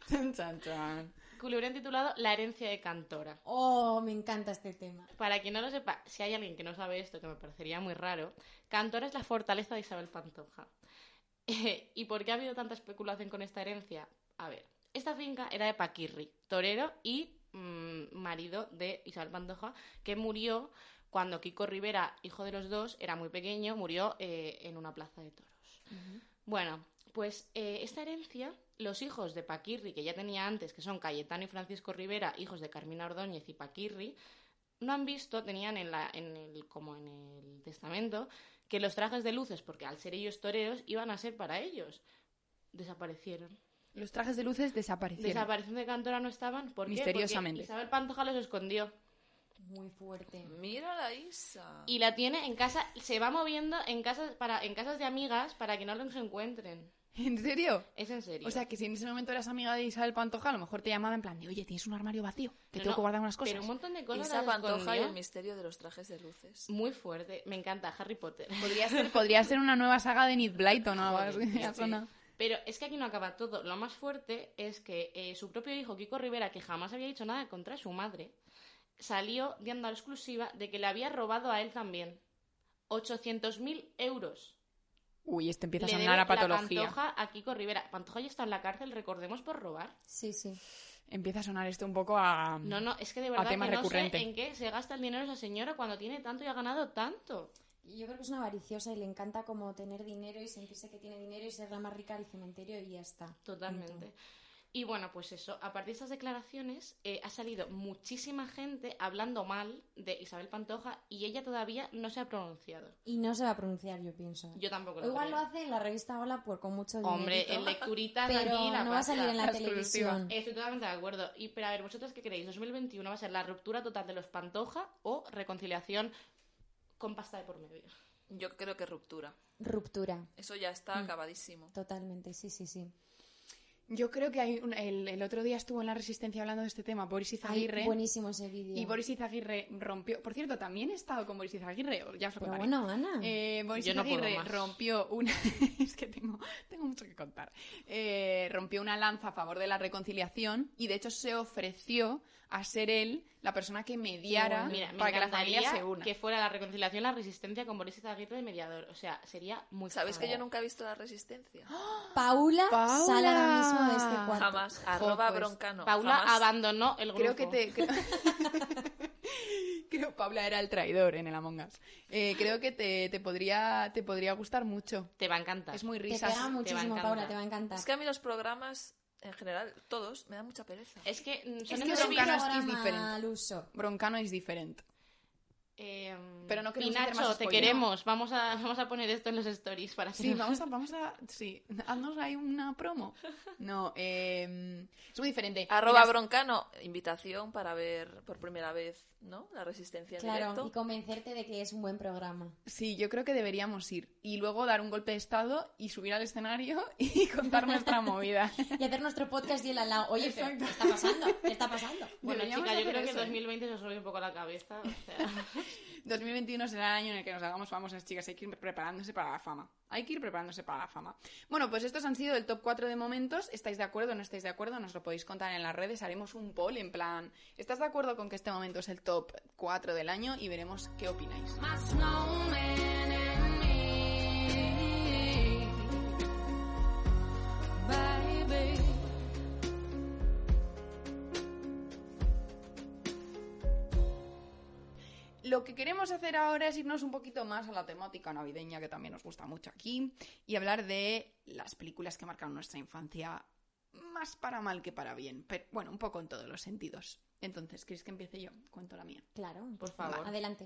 A: Chan, chan, chan.
C: culebrón titulado La herencia de Cantora.
E: Oh, me encanta este tema.
C: Para quien no lo sepa, si hay alguien que no sabe esto, que me parecería muy raro, Cantora es la fortaleza de Isabel Pantoja. Eh, ¿Y por qué ha habido tanta especulación con esta herencia? A ver, esta finca era de Paquirri, torero y mm, marido de Isabel Pantoja, que murió cuando Kiko Rivera, hijo de los dos, era muy pequeño, murió eh, en una plaza de toros. Bueno, pues eh, esta herencia, los hijos de Paquirri, que ya tenía antes, que son Cayetano y Francisco Rivera, hijos de Carmina Ordóñez y Paquirri, no han visto, tenían en la, en el, como en el testamento, que los trajes de luces, porque al ser ellos toreros, iban a ser para ellos. Desaparecieron.
A: Los trajes de luces desaparecieron.
C: Desaparecieron de Cantora no estaban ¿por qué?
A: Misteriosamente.
C: porque Isabel Pantoja los escondió.
E: Muy fuerte.
B: Mira la Isa.
C: Y la tiene en casa, se va moviendo en casas, para, en casas de amigas para que no los encuentren.
A: ¿En serio?
C: Es en serio.
A: O sea, que si en ese momento eras amiga de Isabel Pantoja, a lo mejor te llamaba en plan de, oye, tienes un armario vacío, que
C: No,
A: tengo
C: no,
A: que guardar unas cosas.
C: Pero un montón de cosas.
B: Isa
C: las
B: Pantoja y
C: escondió.
B: el misterio de los trajes de luces.
C: Muy fuerte. Me encanta Harry Potter.
A: Podría, ser, podría ser una nueva saga de Nid Blyton o algo
C: Joder,
A: así.
C: sí,
A: ha
C: sí.
A: sonado.
C: Pero es que aquí no acaba todo. Lo más fuerte es que eh, su propio hijo, Kiko Rivera, que jamás había dicho nada contra su madre, salió dando a la exclusiva de que le había robado a él también 800.000 euros.
A: Uy, este empieza a
C: Le
A: sonar a
C: debe la
A: patología.
C: Pantoja a Kiko Rivera. Pantoja ya está en la cárcel, recordemos, por robar.
E: Sí, sí.
A: Empieza a sonar esto un poco a...
C: No, no, es que de verdad que
A: tema
C: no
A: recurrente.
C: sé en qué se gasta el dinero esa señora cuando tiene tanto y ha ganado tanto.
E: Y Yo creo que es una avariciosa y le encanta como tener dinero y sentirse que tiene dinero y ser la más rica del cementerio y ya está.
C: Totalmente. Y bueno, pues eso, a partir de esas declaraciones eh, ha salido muchísima gente hablando mal de Isabel Pantoja y ella todavía no se ha pronunciado.
E: Y no se va a pronunciar, yo pienso. ¿eh?
C: Yo tampoco
E: O
C: lo
E: igual lo
C: creo.
E: hace en la revista Hola por con mucho dinero.
C: Hombre, en lecturitas
E: pero
C: aquí la
E: no va a
C: pasta.
E: salir en la,
A: la exclusiva.
E: televisión.
C: Estoy totalmente de acuerdo. Y pero a ver, ¿vosotros qué creéis? ¿2021 va a ser la ruptura total de los Pantoja o reconciliación con pasta de por medio?
B: Yo creo que ruptura.
E: Ruptura.
B: Eso ya está acabadísimo.
E: Totalmente, sí, sí, sí.
A: Yo creo que hay un- el, el otro día estuvo en La Resistencia hablando de este tema Boris
E: Ay,
A: Izaguirre.
E: buenísimo ese vídeo.
A: y Boris Izaguirre rompió... Por cierto, también he estado con Boris Izaguirre, ya os lo
E: Pero
A: contaré.
E: bueno, Ana.
A: Eh, Boris
C: Yo no puedo
A: Izaguirre
C: más.
A: rompió una... es que tengo, tengo mucho que contar. Eh, rompió una lanza a favor de la reconciliación y, de hecho, se ofreció a ser él la persona que mediara
C: Mira, me
A: para que la
C: encantaría
A: familia se una.
C: que fuera la reconciliación, la resistencia con Boris Izaguirre de mediador. O sea, sería muy
B: ¿Sabéis que
C: fan.
B: yo nunca he visto la resistencia?
E: Paula,
A: Paula.
E: sale ahora mismo de este cuarto.
B: Jamás. Arroba
A: pues,
B: broncano.
C: Paula
B: Jamás.
C: abandonó el
A: Creo
C: grupo.
A: que te... Creo... creo Paula era el traidor en el Among Us. Eh, creo que te, te podría, te podría gustar mucho.
C: Te va a encantar.
A: Es muy
E: Te
A: risas.
E: pega muchísimo,
C: encantar.
E: Paula, te va a encantar.
B: Es que a mí los programas, en general, todos, me dan mucha pereza.
C: Es que mm, son
A: Es que
E: Es un
A: Broncano
C: entrevistas-
A: es
E: programa
A: diferente.
E: al uso.
A: Broncano es diferente.
C: Eh,
A: Pero no queremos hacer
C: Pinacho,
A: más
C: te
A: spoiler.
C: queremos. Vamos a, vamos a poner esto en los stories para que
A: Sí,
C: no-
A: vamos a, vamos a, sí, haznos ahí una promo. No, eh, es muy diferente.
B: Arroba
A: Mira,
B: broncano, invitación para ver por primera vez, ¿no? La resistencia en
E: Claro,
B: directo.
E: y convencerte de que es un buen programa.
A: Sí, yo creo que deberíamos ir y luego dar un golpe de estado y subir al escenario y contar nuestra movida.
E: Y hacer nuestro podcast y el al lado. Oye, pero,
A: Exacto.
E: ¿qué está pasando? ¿Qué está pasando?
C: Bueno,
A: Deberíamos
C: chica, yo
A: hacer
C: creo que
A: eso, ¿eh?
C: 2020 se os sube un poco la cabeza. o sea,
A: 2021 será el año en el que nos hagamos famosas, chicas. Hay que ir preparándose para la fama. Hay que ir preparándose para la fama. Bueno, pues estos han sido el top 4 de momentos. ¿Estáis de acuerdo o no estáis de acuerdo? Nos lo podéis contar en las redes. Haremos un poll en plan. ¿Estás de acuerdo con que este momento es el top 4 del año? Y veremos qué opináis.
D: My snowman and me, baby.
A: Lo que queremos hacer ahora es irnos un poquito más a la temática navideña que también nos gusta mucho aquí y hablar de las películas que marcaron nuestra infancia más para mal que para bien, pero bueno, un poco en todos los sentidos. Entonces, ¿queréis que empiece yo? Cuento la mía.
E: Claro.
C: Por favor.
E: Adelante.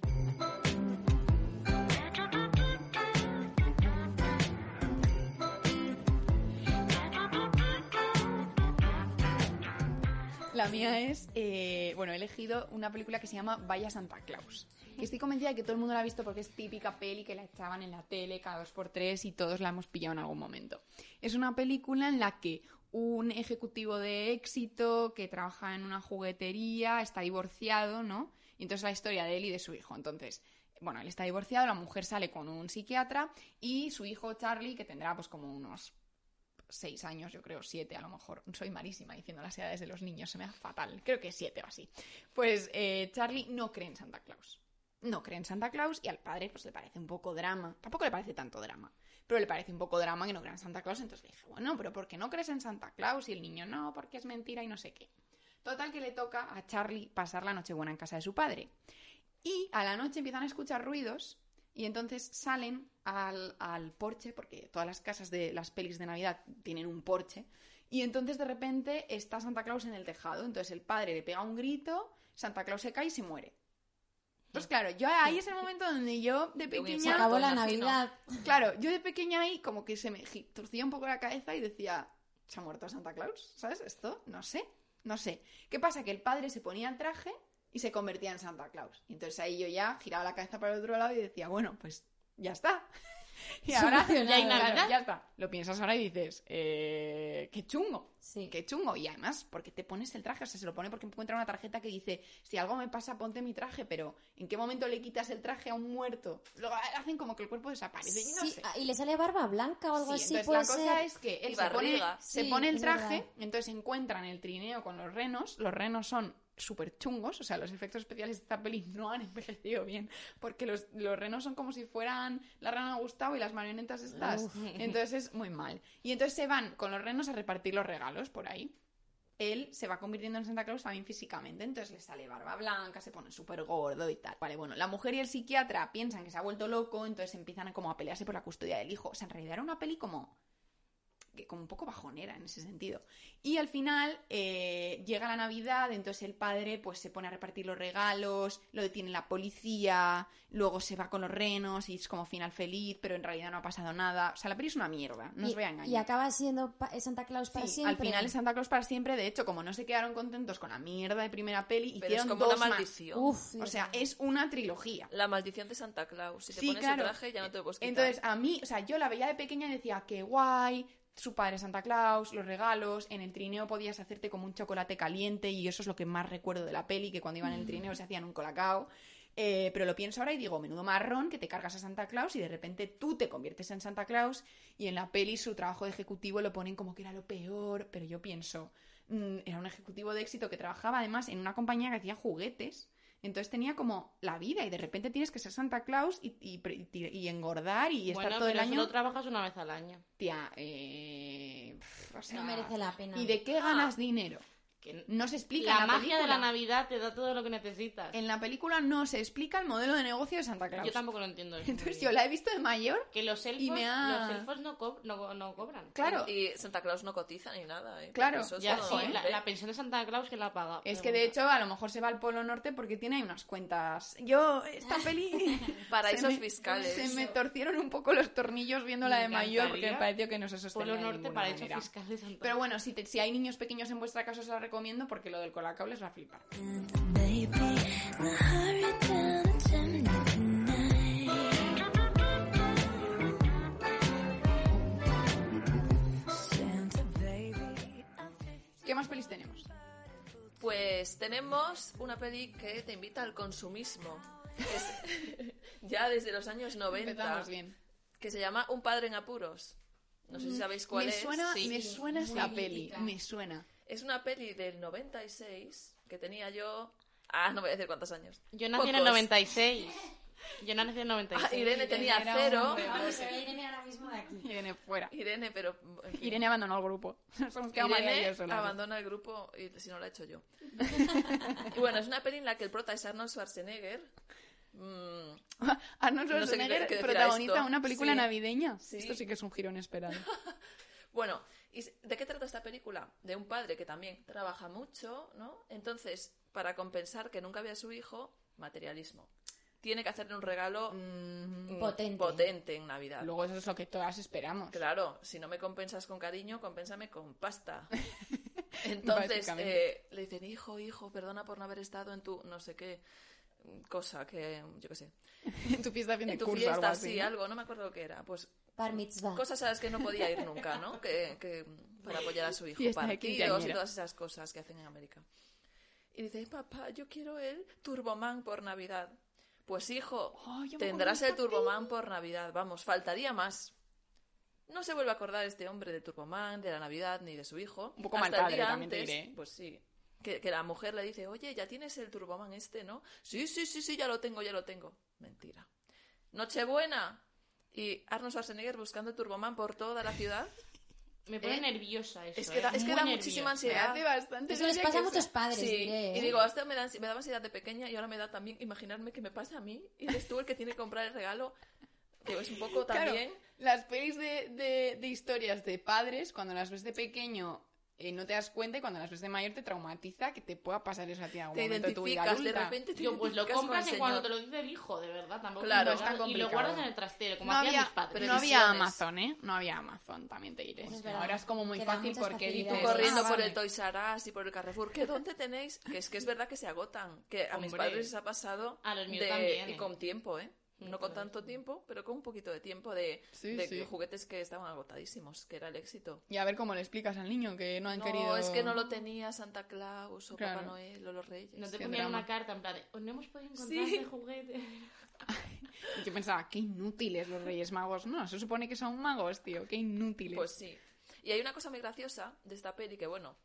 A: La mía es, eh, bueno, he elegido una película que se llama Vaya Santa Claus. Que estoy convencida de que todo el mundo la ha visto porque es típica peli que la echaban en la tele cada dos por tres y todos la hemos pillado en algún momento. Es una película en la que un ejecutivo de éxito que trabaja en una juguetería está divorciado, ¿no? Y entonces la historia de él y de su hijo. Entonces, bueno, él está divorciado, la mujer sale con un psiquiatra y su hijo Charlie, que tendrá pues como unos seis años, yo creo, siete a lo mejor. Soy malísima diciendo las edades de los niños, se me da fatal. Creo que siete o así. Pues eh, Charlie no cree en Santa Claus. No cree en Santa Claus y al padre pues le parece un poco drama. Tampoco le parece tanto drama, pero le parece un poco drama que no crea en Santa Claus. Entonces le dije, bueno, pero ¿por qué no crees en Santa Claus? Y el niño, no, porque es mentira y no sé qué. Total que le toca a Charlie pasar la noche buena en casa de su padre. Y a la noche empiezan a escuchar ruidos y entonces salen al, al porche, porque todas las casas de las pelis de Navidad tienen un porche. Y entonces de repente está Santa Claus en el tejado. Entonces el padre le pega un grito, Santa Claus se cae y se muere. Pues claro, yo ahí es el momento donde yo de
B: Lo
A: pequeña...
B: hubiese
E: Se acabó la
B: entonces,
E: Navidad.
A: Claro, yo de pequeña ahí como que se me gi- torcía un poco la cabeza y decía, ¿se ha muerto Santa Claus? ¿Sabes? Esto, no sé, no sé. ¿Qué pasa? Que el padre se ponía el traje y se convertía en Santa Claus. Y entonces ahí yo ya giraba la cabeza para el otro lado y decía, bueno, pues ya está. Y ahora
E: Solucionado.
C: Ya hay Navidad.
A: Claro, ya está. Lo piensas ahora y dices, eh, qué chungo.
E: Sí.
A: Qué chungo. Y además, porque te pones el traje, o sea, se lo pone porque encuentra una tarjeta que dice, si algo me pasa, ponte mi traje, pero ¿en qué momento le quitas el traje a un muerto? Luego hacen como que el cuerpo desaparece. y no
E: Sí,
A: sé.
E: ah, y le sale barba blanca o algo
A: Sí,
E: así,
A: entonces
E: puede
A: la cosa
E: ser.
A: es que él
B: Y
A: se pone,
B: barriga.
A: se
E: Sí,
A: pone el
E: es
A: traje,
E: verdad.
A: entonces encuentran el trineo con los renos, los renos son súper chungos, o sea, los efectos especiales de esta peli no han envejecido bien, porque los, los renos son como si fueran la rana Gustavo y las marionetas estas,
E: Uf.
A: entonces es muy mal. Y entonces se van con los renos a repartir los regalos por ahí. Él se va convirtiendo en Santa Claus también físicamente, entonces le sale barba blanca, se pone súper gordo y tal. Vale, bueno, la mujer y el psiquiatra piensan que se ha vuelto loco, entonces empiezan a como a pelearse por la custodia del hijo. O sea, en realidad era una peli como que como un poco bajonera en ese sentido. Y al final eh, llega la Navidad, entonces el padre pues se pone a repartir los regalos, lo detiene la policía, luego se va con los renos y es como final feliz, pero en realidad no ha pasado nada. O sea, la peli es una mierda, no
E: y,
A: os voy a engañar.
E: y acaba siendo pa- eh, Santa Claus para
A: Sí,
E: siempre.
A: Al final es Santa Claus para siempre, de hecho, como no se quedaron contentos con la mierda de primera peli,
B: Pero es
A: hicieron
B: como una
A: dos más.
B: maldición.
E: Uf,
A: O
E: Dios
A: sea,
E: mío.
A: es una trilogía.
B: La maldición de Santa Claus. pues, Si te pones el traje ya no te lo puedes quitar.
A: Entonces, a mí, o sea, yo la veía de pequeña y decía, qué guay, su padre Santa Claus, los regalos, en el trineo podías hacerte como un chocolate caliente y eso es lo que más recuerdo de la peli, que cuando iban
B: Mm.
A: en el trineo se hacían un colacao. Eh, pero lo pienso ahora y digo, menudo marrón que te cargas a Santa Claus y de repente tú te conviertes en Santa Claus y en la peli su trabajo de ejecutivo lo ponen como que era lo peor, pero yo pienso, mm, era un ejecutivo de éxito que trabajaba además en una compañía que hacía juguetes. Entonces tenía como la vida y de repente tienes que ser Santa Claus y, y pre- y- y engordar y
C: bueno,
A: estar todo el
C: pero
A: año.
C: solo trabajas una vez al año.
A: Tía, eh, pf, o sea,
E: no merece la pena.
A: ¿Y de qué ganas dinero?
C: Que-
A: No se explica.
C: Ah. la,
A: en la
C: magia de la
A: película.
C: Navidad te da todo lo que necesitas.
A: En la película no se explica el modelo de negocio de Santa Claus.
C: Yo tampoco lo entiendo. eso muy
A: Entonces yo
C: bien.
A: la he visto de mayor.
C: Que los elfos,
A: y me ha-
C: los elfos no, co- no, no cobran.
A: Claro.
B: Y Santa Claus no cotiza ni nada, ¿eh?
A: Claro.
B: Porque eso es
C: Ya,
B: todo,
C: sí,
B: ¿eh?
C: la, la pensión de Santa Claus que la paga.
A: Es que de hecho a lo mejor se va al Polo Norte porque tiene ahí unas cuentas. Yo, esta peli...
B: Paraísos
A: se me-
B: fiscales.
A: Se me torcieron un poco los tornillos viendo la
C: Me
A: de mayor porque me
C: encantaría.
A: pareció que no se sostenía
C: Polo
A: de
C: Norte
A: ninguna
C: para hecho
A: manera.
C: fiscal de Santa
A: Pero
C: Claus.
A: bueno, si, te- si hay niños pequeños en vuestra casa os la recomiendo porque lo del colacao les va a flipar.
G: Baby, my heart down the chimney tonight. Santa baby,
A: ¿Qué más pelis tenemos?
B: Pues tenemos una peli que te invita al consumismo. que es- ya desde los años 90.
A: Empezamos bien. Mm,
B: Que se llama Un padre en apuros. No sé si sabéis cuál
A: me
B: es.
A: Suena,
C: Sí.
A: Me suena esta
E: Muy
A: peli,
E: mítica.
A: me suena.
B: Es una peli del 96 que tenía yo. Ah, no voy a decir cuántos años.
C: Yo nací en el
B: Pocos.
C: 96. Yo nací en el
B: Ah,
C: 96.
B: Irene tenía
A: era
B: cero.
A: un-
E: Vamos, se ve Irene ahora mismo de aquí.
A: Irene fuera.
B: Irene, pero. en fin.
A: Irene abandonó el grupo. Nos hemos quedado María y yo
B: Irene
A: solos.
B: abandona el grupo y si no lo he hecho yo. y bueno, es una peli en la que el prota es Arnold Schwarzenegger. Mm,
A: Arnold
B: No sé qué-
A: Schwarzenegger
B: qué decir a
A: protagoniza
B: esto.
A: una película
B: Sí.
A: navideña.
B: Sí.
A: Esto sí que es un giro inesperado.
B: Bueno, ¿y s- de qué trata esta película? De un padre que también trabaja mucho, ¿no? Entonces, para compensar que nunca había su hijo, materialismo. Tiene que hacerle un regalo mm,
E: Potente.
B: potente en Navidad.
A: Luego eso es lo que todas esperamos.
B: Claro, si no me compensas con cariño, compénsame con pasta. Entonces
A: Básicamente.
B: eh, le dicen, hijo, hijo, perdona por no haber estado en tu no sé qué mm, cosa que, yo qué sé,
A: En tu fiesta de fin de
B: en tu
A: curso,
B: fiesta,
A: algo así.
B: sí,
A: ¿no?
B: algo, no me acuerdo lo que era. Pues
E: Bar mitzvah.
B: cosas a las que no podía ir nunca, ¿no? Que, que para apoyar a su hijo,
A: Fiesta de
B: partidos y
A: quinceañera.
B: todas esas cosas que hacen en América. Y dice, papá, yo quiero el Turboman por Navidad. Pues hijo,
A: Oh, yo me
B: tendrás
A: acuerdo
B: el Turboman por Navidad. Vamos, faltaría más. No se vuelve a acordar este hombre del Turboman, de la Navidad, ni de su hijo.
A: Un poco
B: Hasta
A: mal padre,
B: el día
A: también te
B: antes,
A: diré. ¿eh?
B: Pues sí. Que, que la mujer le dice, oye, ya tienes el Turboman este, ¿no? Sí, sí, sí, sí, ya lo tengo, ya lo tengo. Mentira. Nochebuena. Y Arnold Schwarzenegger buscando el Turboman por toda la ciudad.
C: Me pone
B: ¿Eh?
C: nerviosa eso.
B: Es que da,
C: ¿eh?
B: es que
C: Muy
B: da
C: nerviosa.
B: muchísima
A: Me
B: ansiedad.
A: hace bastante
E: Eso les
A: gracia
E: pasa a
A: que
E: muchos
A: sea-
E: padres,
B: Sí,
E: diré,
B: y
E: ¿eh?
B: digo, hasta me, da ansi- me daba ansiedad de pequeña y ahora me da también imaginarme que me pasa a mí y eres tú el que tiene que comprar el regalo, que es un poco
A: Claro,
B: también...
A: las pelis de, de- de historias de padres, cuando las ves de pequeño eh, no te das cuenta y cuando las ves de mayor te traumatiza que te pueda pasar eso a ti en algún
B: te
A: momento de tu vida
B: identificas, de
A: adulta.
B: repente te
C: Yo, pues lo
B: identificas con
C: compras
B: el
C: en cuando te
B: señor.
C: lo dice el hijo, de verdad. Tampoco
B: Claro,
C: lo
B: es
A: tan
C: guardas- Y lo
A: complicado.
C: guardas en el trastero, como
A: no
C: hacían
A: había,
C: mis padres.
A: no había
B: Previsiones.
A: Amazon, ¿eh? No había Amazon, también te diré.
E: Eso es verdad.
A: Ahora es como muy
E: Te da
A: fácil
E: muchas
A: porque
E: facilidades.
A: dices...
E: Tú
B: corriendo
A: "Ah,
B: por
A: vale".
B: el Toys R Us y por el Carrefour, ¿qué dónde tenéis? Que es que es verdad que se agotan, que a mis
C: Hombre.
B: padres les ha pasado
C: A los míos
B: de-
C: también,
B: y
C: ¿eh?
B: con tiempo, ¿eh? No con
C: Joder.
B: tanto tiempo, pero con un poquito de tiempo de,
A: Sí,
B: de
A: sí.
B: juguetes que estaban agotadísimos, que era el éxito.
A: Y a ver cómo le explicas al niño que no han
B: no,
A: querido...
B: es que no lo tenía Santa Claus o
A: Claro.
B: Papá Noel o los Reyes.
C: No te
A: Qué
C: ponían
A: drama.
C: una carta en plan de, "Os no hemos podido encontrar
B: Sí.
C: este juguete.
A: Y yo pensaba, qué inútiles los Reyes Magos. No, se supone que son magos, tío. Qué inútiles.
B: Pues sí. Y hay una cosa muy graciosa de esta peli que, bueno,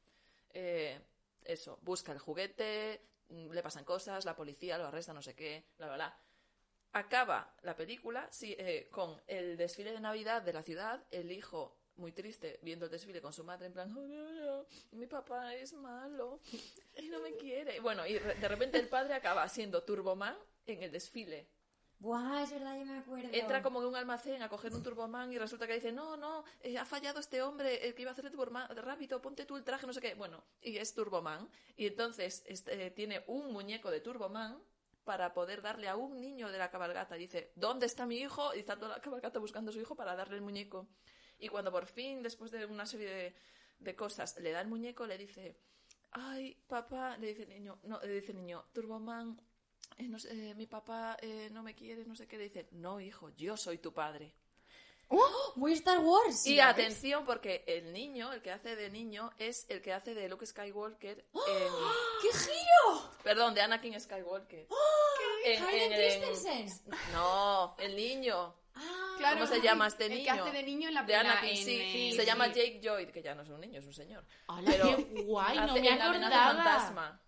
B: eh, eso, busca el juguete, mm, le pasan cosas, la policía lo arresta, no sé qué, bla, bla, bla. Acaba la película sí, eh, con el desfile de Navidad de la ciudad, el hijo muy triste viendo el desfile con su madre en plan, "Oh, no, no, mi papá es malo y no me quiere. Bueno, y re- de repente el padre acaba siendo Turboman en el desfile.
E: Buah, es verdad, yo me acuerdo.
B: Entra como en un almacén a coger un Turboman y resulta que dice, no, no, eh, ha fallado este hombre, el que iba a hacer el Turboman, rápido, ponte tú el traje, no sé qué. Bueno, y es Turboman. Y entonces este, eh, tiene un muñeco de Turboman para poder darle a un niño de la cabalgata. Dice, ¿dónde está mi hijo? Y está toda la cabalgata buscando a su hijo para darle el muñeco. Y cuando por fin, después de una serie de, de cosas, le da el muñeco, le dice, ay, papá, le dice el niño, no, le dice el niño, Turboman, eh, no sé, eh, mi papá eh, no me quiere, no sé qué, le dice, no, hijo, yo soy tu padre.
E: Muy Star Wars.
B: y
E: ¿ya ves?
B: atención, porque el niño, el que hace de niño, es el que hace de Luke Skywalker en...
E: ¡Qué giro!
B: Perdón, de Anakin Skywalker. En-
E: Hayden
B: en- en-
E: Christensen.
B: No, el niño.
E: Ah,
A: Claro,
B: ¿Cómo se
A: sí,
B: llama este
A: el
B: niño?
A: que hace de niño en la
B: De
A: en la-
B: Anakin,
A: en-
B: sí.
A: en-
B: Se
A: sí.
B: llama Jake Lloyd, que ya no es un niño, es un señor.
C: Hola,
B: Pero
C: qué guay, no
B: Hace
C: me
B: en la amenaza
C: acordaba.
B: fantasma.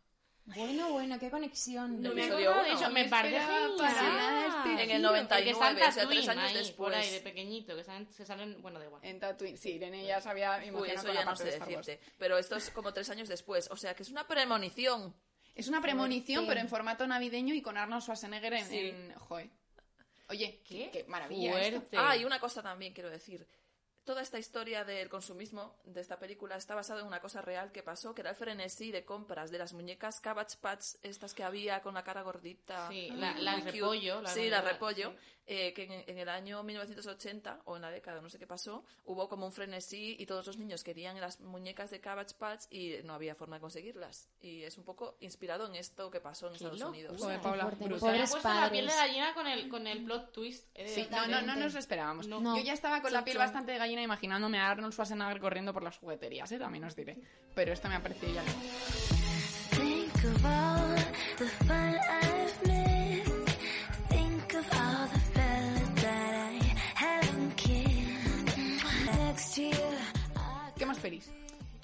E: Bueno, bueno, qué conexión.
C: No me
B: Episodio
C: acordaba de
B: uno.
C: eso, me
A: No
C: parece
A: esperaba
C: genial.
A: para nada este
B: En el giro. 99,
C: Porque están
B: o sea,
C: Tatooine
B: tres años
C: ahí,
B: después. Eh,
C: Por ahí, de pequeñito, que salen, se salen, bueno, da igual.
A: En Tatooine. Sí, Irene ya sabía
B: Uy,
A: emocionado
B: eso
A: con
B: ya
A: la
B: no
A: parte
B: sé
A: de Star Wars.
B: decirte. Pero esto es como tres años después. O sea, que es una premonición.
A: Es una premonición,
E: Fuerte.
A: pero en formato navideño y con Arnold Schwarzenegger en...
B: Sí.
A: en- Joe. Oye, qué,
C: Qué
A: qué maravilla esto.
C: fuerte.
B: Ah, y una cosa también quiero decir. Toda esta historia del consumismo de esta película está basada en una cosa real que pasó, que era el frenesí de compras de las muñecas Cabbage Patch, estas que había con la cara gordita.
C: Sí,
B: muy-
C: la-
B: muy
C: las
B: cute.
C: repollo, las
B: sí, la
C: muñecas,
B: repollo. eh, que en, en el año 1980, o en la década, no sé qué pasó, hubo como un frenesí y todos los niños querían las muñecas de Cabbage Patch y no había forma de conseguirlas. Y es un poco inspirado en esto que pasó en Estados
C: locura.
B: Unidos.
A: Joder,
E: Qué
A: Paula,
E: fuerte,
A: brutal.
C: Se me ha
E: Pobres
C: puesto la piel de
E: padres.
C: gallina con el, con el plot twist. eh,
A: Sí, no,
C: de-
A: no, no
E: Totalmente.
A: nos lo esperábamos.
C: No.
A: Yo ya estaba con la piel
E: Chon, chon.
A: bastante de gallina imaginándome a Arnold Schwarzenegger corriendo por las jugueterías, ¿eh? también os diré. Pero esto me ha parecido ya.
G: Think of all the fun I've missed. Think of all the fellas that I haven't kissed. Next year, I
A: ¿Qué más feliz?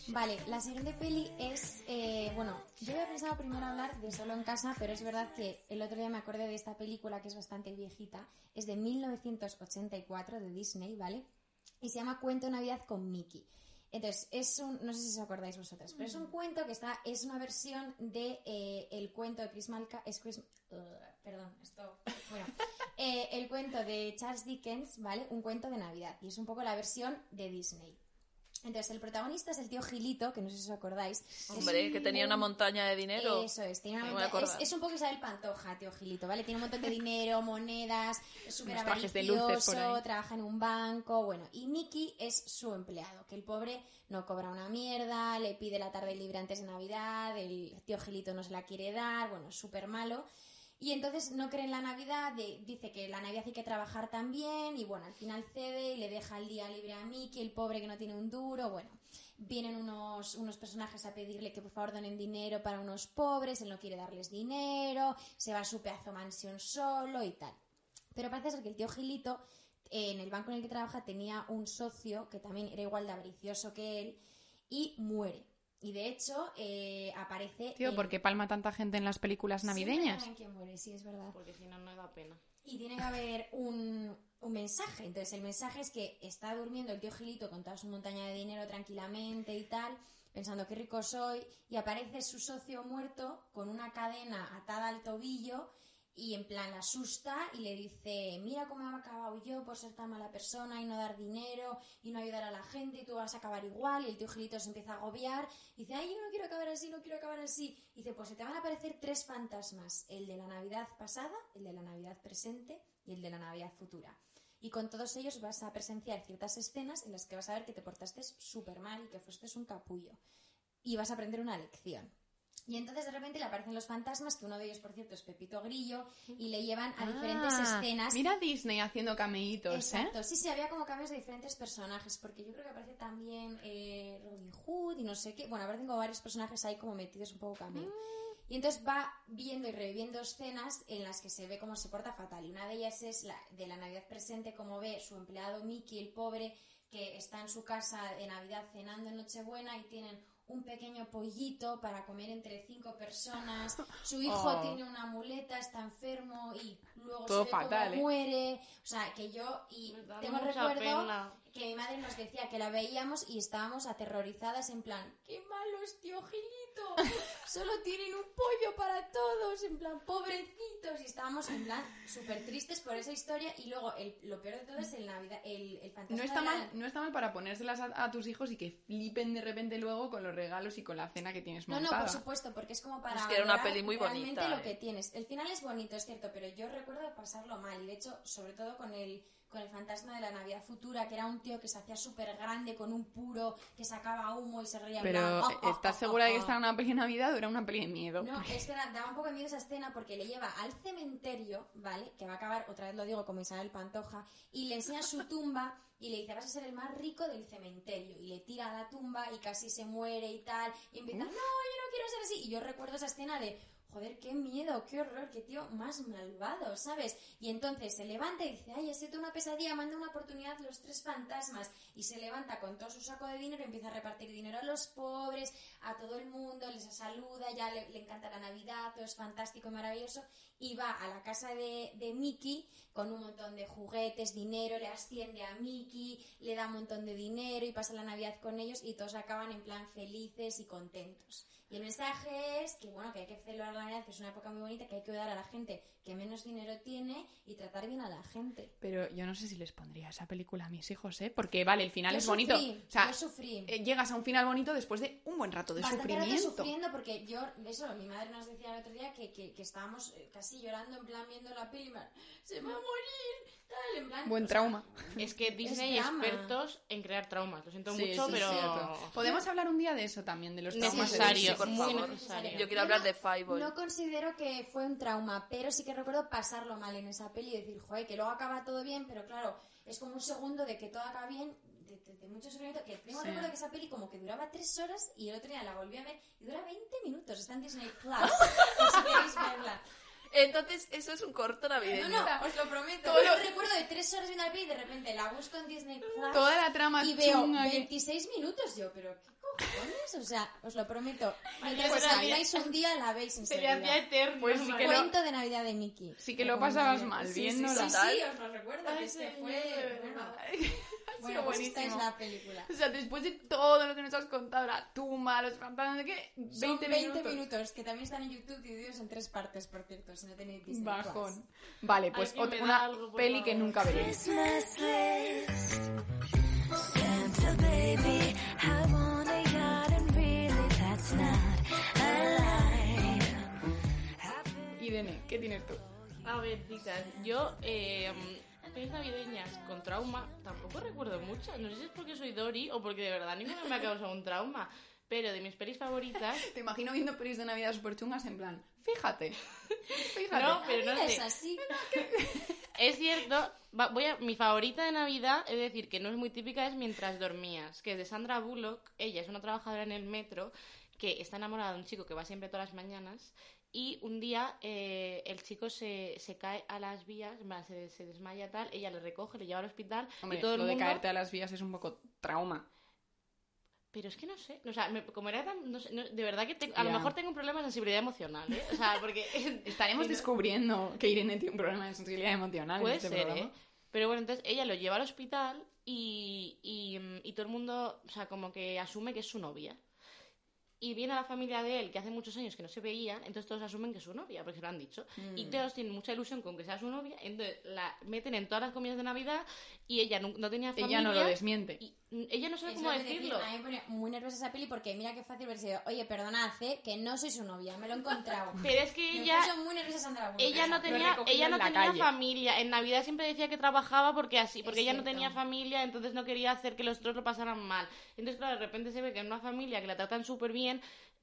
E: Vale, la siguiente peli es, eh, bueno, yo había pensado primero hablar de Solo en casa, pero es verdad que el otro día me acordé de esta película que es bastante viejita, es de 1984 de Disney, ¿vale? Y se llama Cuento de Navidad con Mickey. Entonces, es un, no sé si os acordáis vosotros, pero es
B: Mm.
E: un cuento que está, es una versión de eh, el cuento de Chris Malca, es Chris- Ugh, perdón, esto, bueno, eh, el cuento de Charles Dickens, ¿vale? Un cuento de Navidad, y es un poco la versión de Disney. Entonces, el protagonista es el tío Gilito, que no sé si os acordáis. que es
B: Hombre, que tenía una
E: un-
B: montaña de dinero.
E: Eso pues, es, tiene una
B: Me voy a
E: monta- es,
B: acordar.
E: es un poco Isabel Pantoja, tío Gilito, ¿vale? Tiene un montón de dinero, monedas, es súper
A: Unos trajes de
E: avaricioso,
A: luces por ahí.
E: trabaja en un banco, bueno. Y Nicky es su empleado, que el pobre no cobra una mierda, le pide la tarde libre antes de Navidad, el tío Gilito no se la quiere dar, bueno, es súper malo. Y entonces no cree en la Navidad, de- dice que la Navidad hay que trabajar también, y bueno, al final cede y le deja el día libre a Mickey, el pobre que no tiene un duro, bueno. Vienen unos, unos personajes a pedirle que por favor donen dinero para unos pobres, él no quiere darles dinero, se va a su pedazo mansión solo y tal. Pero parece ser que el tío Gilito, eh, en el banco en el que trabaja, tenía un socio que también era igual de avaricioso que él y muere. Y de hecho, eh, aparece.
A: Tío,
E: en-
A: ¿por qué palma tanta gente en las películas
E: Siempre
A: navideñas?
E: saben quién muere, sí, es verdad.
C: Porque si no, no da pena.
E: Y tiene que haber un, un mensaje. Entonces, el mensaje es que está durmiendo el tío Gilito con toda su montaña de dinero tranquilamente y tal, pensando qué rico soy, y aparece su socio muerto con una cadena atada al tobillo y en plan la asusta y le dice, mira cómo he acabado yo por ser tan mala persona y no dar dinero y no ayudar a la gente y tú vas a acabar igual y el tío Gilito se empieza a agobiar y dice, ay, yo no quiero acabar así, no quiero acabar así. Y dice, pues se te van a aparecer tres fantasmas, el de la Navidad pasada, el de la Navidad presente y el de la Navidad futura. Y con todos ellos vas a presenciar ciertas escenas en las que vas a ver que te portaste súper mal y que fuiste un capullo. Y vas a aprender una lección. Y entonces de repente le aparecen los fantasmas, que uno de ellos, por cierto, es Pepito Grillo, y le llevan a diferentes
A: Ah,
E: escenas.
A: Mira Disney haciendo cameitos, ¿eh?
E: Exacto, sí, sí, había como cambios de diferentes personajes, porque yo creo que aparece también eh, Robin Hood y no sé qué. Bueno, aparecen como varios personajes ahí como metidos un poco cameo.
A: Mm.
E: Y entonces va viendo y reviviendo escenas en las que se ve cómo se porta fatal. Y una de ellas es la de la Navidad presente, como ve su empleado Mickey, el pobre, que está en su casa de Navidad cenando en Nochebuena y tienen un pequeño pollito para comer entre cinco personas. Su hijo
A: Oh.
E: tiene una muleta, está enfermo y luego
A: Todo
E: se ve cómo
A: fatal, ¿eh?
E: muere. O sea, que yo y
C: Me da
E: tengo el
C: mucha
E: recuerdo
C: pena.
E: que mi madre nos decía que la veíamos y estábamos aterrorizadas en plan, qué malos, tío Gilito, solo tienen un pollo para todos, en plan, pobrecitos, y estábamos en plan súper tristes por esa historia y luego el- lo peor de todo es el Navidad, el, el fantasma.
A: No está,
E: de la-
A: mal, no está mal para ponérselas a, a tus hijos y que flipen de repente luego con los regalos y con la cena que tienes
E: No, no,
A: montada.
E: por supuesto, porque es como para.
B: Es que era una
E: valorar
B: peli muy
E: realmente
B: bonita,
E: lo
B: eh.
E: que tienes. El final es bonito, es cierto, pero yo recuerdo pasarlo mal. Y de hecho, sobre todo con el, con el fantasma de la Navidad Futura, que era un tío que se hacía súper grande con un puro, que sacaba humo y se reía. en plan,
A: Pero, eh,
E: "Ah, ah,
A: ¿estás
E: ah,
A: segura
E: ah,
A: de que
E: ah".
A: esta era una peli de Navidad o era una peli de miedo?
E: No, es que da- daba un poco de miedo esa escena porque le lleva al cementerio, ¿vale? Que va a acabar, otra vez lo digo, como Isabel Pantoja, y le enseña su tumba y le dice, vas a ser el más rico del cementerio. Y le tira a la tumba y casi se muere y tal. Y empieza, no, yo no quiero ser así. Y yo recuerdo esa escena de, joder, qué miedo, qué horror, qué tío más malvado, ¿sabes? Y entonces se levanta y dice, ay, he sido una pesadilla, manda una oportunidad los tres fantasmas. Y se levanta con todo su saco de dinero, empieza a repartir dinero a los pobres, a todo el mundo, les saluda, ya le, le encanta la Navidad, todo es fantástico y maravilloso. Y va a la casa de, de Mickey con un montón de juguetes, dinero, le asciende a Mickey, le da un montón de dinero y pasa la Navidad con ellos y todos acaban en plan felices y contentos. Y el mensaje es que bueno, que hay que celebrar la Navidad, que es una época muy bonita, que hay que ayudar a la gente que menos dinero tiene y tratar bien a la gente.
A: Pero yo no sé si les pondría esa película a mis hijos, ¿eh? Porque, vale, el final
E: Yo
A: es bonito.
E: sufrí,
A: o sea,
E: yo sufrí.
A: eh, llegas a un final bonito después de un buen rato de
E: Bastante rato
A: sufrimiento.
E: sufriendo porque yo, eso, mi madre nos decía el otro día que, que, que estábamos eh, casi llorando en plan viendo la peli, en plan, se va a morir, tal, en plan...
A: Buen
E: o sea,
A: trauma.
C: Es que Disney
E: drama.
C: expertos en crear traumas. Lo siento
A: Sí,
C: mucho,
A: sí,
C: pero.
A: cierto. Podemos hablar un día de eso también, de los traumas de
C: Necesario,
A: Disney?
B: por
C: muy
B: favor.
C: necesario.
B: Yo quiero hablar de Fireball.
E: No considero que fue un trauma, pero sí que recuerdo pasarlo mal en esa peli y decir, joder, que luego acaba todo bien, pero claro, es como un segundo de que todo acaba bien, de, de- de mucho sufrimiento. Que primero
A: Sí.
E: recuerdo que esa peli como que duraba tres horas y el otro día la volví a ver y dura 20 minutos. Está en Disney Plus, por si queréis verla.
B: Entonces, eso es un corto navideño.
E: No, no, os lo prometo.
A: Todo
E: Yo
A: lo-
E: recuerdo de tres horas viendo la peli y de repente la busco en Disney Plus.
A: Toda la trama
E: y veo
A: chunga que-
E: 26 minutos yo, pero ¿qué cojones? O sea, os lo prometo. Mientras
C: pues
E: os
C: había-
E: olvidáis un día, la veis
C: Se le hacía
E: enseguida.
C: eterno.
A: Pues sí que lo-
E: Cuento de Navidad de Mickey.
A: Sí que lo pasabas mal
E: Sí, sí,
A: viéndola.
E: Sí, sí, os lo recuerdo.
C: Ay,
E: que es que
C: señor,
E: fue...
C: de verdad.
E: Bueno, pues esta es
A: buenísimo.
E: la película.
A: O sea, después de todo lo que nos has contado, la tumba, los fantasmas, no sé qué, 20,
E: Son 20 minutos.
A: minutos.
E: que también están en YouTube divididos en tres partes, por cierto, si no tenéis Disney
A: Bajón. Vale, pues
C: Alguien me
A: otra,
C: da
A: una
C: algo, por
A: peli que
C: favor.
A: nunca veré.
G: Christmas list. Santa baby,
A: ¿Qué tienes tú?
C: A ver, Dita, yo eh, pelis navideñas con trauma tampoco recuerdo muchas. No sé si es porque soy Dory o porque de verdad ninguna me ha causado un trauma. Pero de mis pelis favoritas...
A: Te imagino viendo pelis de Navidad super chungas en plan, fíjate, fíjate.
C: No, pero no
E: Mira,
C: sé.
E: es así.
C: Es cierto, va- voy a, mi favorita de Navidad, es decir, que no es muy típica, es Mientras dormías, que es de Sandra Bullock. Ella es una trabajadora en el metro que está enamorada de un chico que va siempre todas las mañanas y un día eh, el chico se, se cae a las vías, en plan, se, se desmaya tal, ella le recoge, le lleva al hospital
A: Hombre,
C: y todo el
A: lo de
C: mundo...
A: caerte a las vías es un poco trauma.
C: Pero es que no sé, o sea, me- como era tan... no sé, no- de verdad que tengo- a lo
A: Ya.
C: mejor tengo un problema de sensibilidad emocional, ¿eh? O sea, porque...
A: Estaremos
C: Sí, ¿no?
A: descubriendo que Irene tiene un problema de sensibilidad emocional. en
C: Puede
A: este
C: ser,
A: programa.
C: ¿eh? Pero bueno, entonces ella lo lleva al hospital y, y, mm, y todo el mundo, o sea, como que asume que es su novia. Y viene a la familia de él, que hace muchos años que no se veían, entonces todos asumen que es su novia, porque se lo han dicho.
A: Mm.
C: Y todos tienen mucha ilusión con que sea su novia, entonces la meten en todas las comidas de Navidad y ella nu- no, tenía familia.
A: Ella no lo desmiente.
C: y, mm, ella no sabe
E: Eso
C: cómo
E: es decir,
C: decirlo.
E: A mí me pone muy nerviosa esa peli porque mira qué fácil haber sido. Oye, perdonad, eh, que no soy su novia, me lo he encontrado.
C: Pero es que
E: Me
C: ella...
E: puso muy nerviosa Sandra Bullock.
C: Ella no
E: Lo
C: tenía,
A: recogían
C: ella
A: en
C: no
A: la
C: tenía
A: calle.
C: familia. En Navidad siempre decía que trabajaba porque así,
E: Es
C: porque ella no
E: cierto.
C: tenía familia, entonces no quería hacer que los otros lo pasaran mal. Entonces, claro, de repente se ve que en una familia que la tratan súper bien,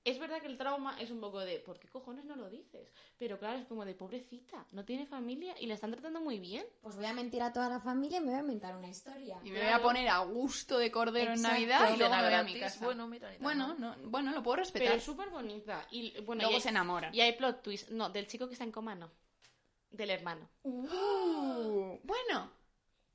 C: es verdad que el trauma es un poco de, ¿por qué cojones no lo dices? Pero claro, es como de pobrecita, no tiene familia y la están tratando muy bien.
E: Pues voy a mentir a toda la familia y me voy a inventar una historia.
A: Y me voy a poner a gusto de cordero
E: Exacto.
A: en Navidad y
B: Cena
A: luego me voy a mi
B: gratis,
A: casa.
B: Bueno, mira, ni tan
A: bueno,
B: mal.
A: no, bueno, lo puedo
C: Pero
A: respetar.
C: es súper bonita. Y bueno,
A: luego
C: y hay-
A: se enamora.
C: y hay plot twist. No, del chico que está en coma, no. Del hermano.
A: Uh, bueno,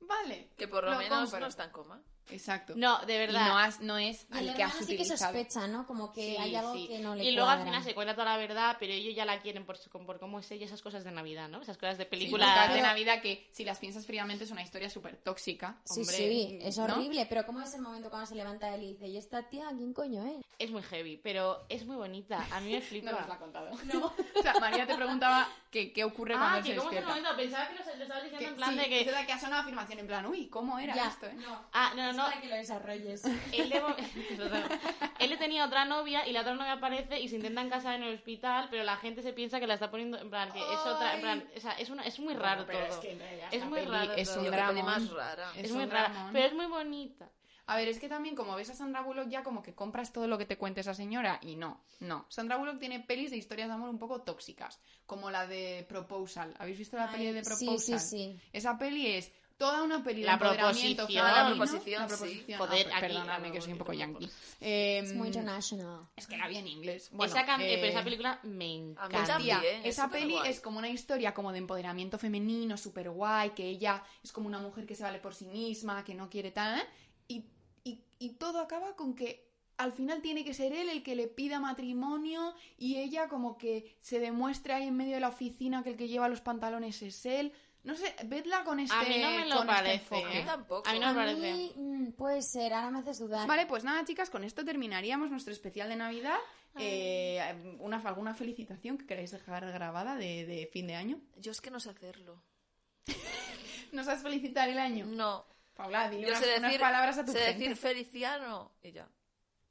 A: vale.
B: que por lo,
A: Lo
B: menos
A: compro.
B: no está en coma.
A: Exacto.
C: No, de
A: Y
C: verdad.
A: no, has- no es
E: Y el
A: al que has
E: hermano sí que
A: utilizado.
E: sospecha, ¿no? Como que
C: Sí,
E: hay algo
C: sí.
E: que no le
C: Y luego al
E: cuadra.
C: final se cuenta toda la verdad, pero ellos ya la quieren por, su- por cómo es ella, esas cosas de Navidad, ¿no? Esas cosas de
A: Sí,
C: película.
A: porque de
C: de-
A: Navidad que, si las piensas fríamente, es una historia súper tóxica.
E: Sí,
A: hombre,
E: sí, es
A: ¿no?
E: horrible, pero ¿cómo es el momento cuando se levanta él y dice, ¿y esta tía quién coño es?
C: Es muy heavy, pero es muy bonita. A mí me
A: No
C: flipa.
A: nos la ha contado. o sea, María te preguntaba que- qué ocurre
C: ah,
A: cuando
C: que
A: se
C: cómo se
A: despierta.
C: momento. Pensaba que lo, lo estabas diciendo
A: que,
C: en plan
A: sí,
C: de que...
A: es verdad que ha sonado afirmación en plan, uy, ¿cómo era
E: Ya.
A: esto? eh?
E: No,
C: Ah, no,
E: es
C: no,
E: para que lo desarrolles.
C: Él, de mo- Él le tenía otra novia y la otra novia aparece y se intentan casar en el hospital, pero la gente se piensa que la está poniendo en plan que es otra, en plan, o sea, es una, es muy raro todo. Es, muy
A: peli
C: raro.
A: es
C: todo.
A: un
B: Tío, qué
A: dramón.
B: peli más rara.
C: Es
A: es
C: muy
A: un
C: raro,
A: dramón.
C: pero es muy bonita.
A: A ver, es que también como ves a Sandra Bullock ya como que compras todo lo que te cuente esa señora y no, no. Sandra Bullock tiene pelis de historias de amor un poco tóxicas, como la de Proposal. ¿Habéis visto la peli de
E: sí,
A: Proposal?
E: sí, sí.
A: Esa peli es toda una peli de
C: La
A: empoderamiento
C: proposición.
A: femenino.
C: Ah, la
B: proposición, sí.
C: Joder,
A: Ah,
C: aquí-
A: perdóname
C: ah,
A: que soy un
C: no,
A: poco
C: no,
A: yankee.
C: no.
A: Eh,
E: Es muy international.
A: es que la vi en inglés. Bueno,
C: esa can- eh,
A: eh,
C: pero esa película me
B: a mí
C: encanta.
A: Tía,
B: También, es
A: esa peli
B: superguay.
A: es como una historia como de empoderamiento femenino, súper guay, que ella es como una mujer que se vale por sí misma, que no quiere tal, ¿eh? y, y- y todo acaba con que al final tiene que ser él el que le pida matrimonio y ella como que se demuestra ahí en medio de la oficina que el que lleva los pantalones es él. No sé, vedla con este,
C: A mí no me lo
A: con este
C: parece, ¿eh?
A: enfoque.
B: A mí tampoco.
C: A mí no me
E: A
C: parece.
E: mí, mm, puede ser, ahora me haces dudar.
A: Vale, pues nada, chicas, con esto terminaríamos nuestro especial de Navidad. Eh, una, ¿Alguna felicitación que queráis dejar grabada de- de fin de año?
B: Yo es que no sé hacerlo.
A: ¿Nos has felicitar el año?
B: No.
A: Paula, dile
B: Mm. Yo
A: unas,
B: sé decir,
A: unas palabras a tu
B: sé
A: gente.
B: decir Feliciano y ya.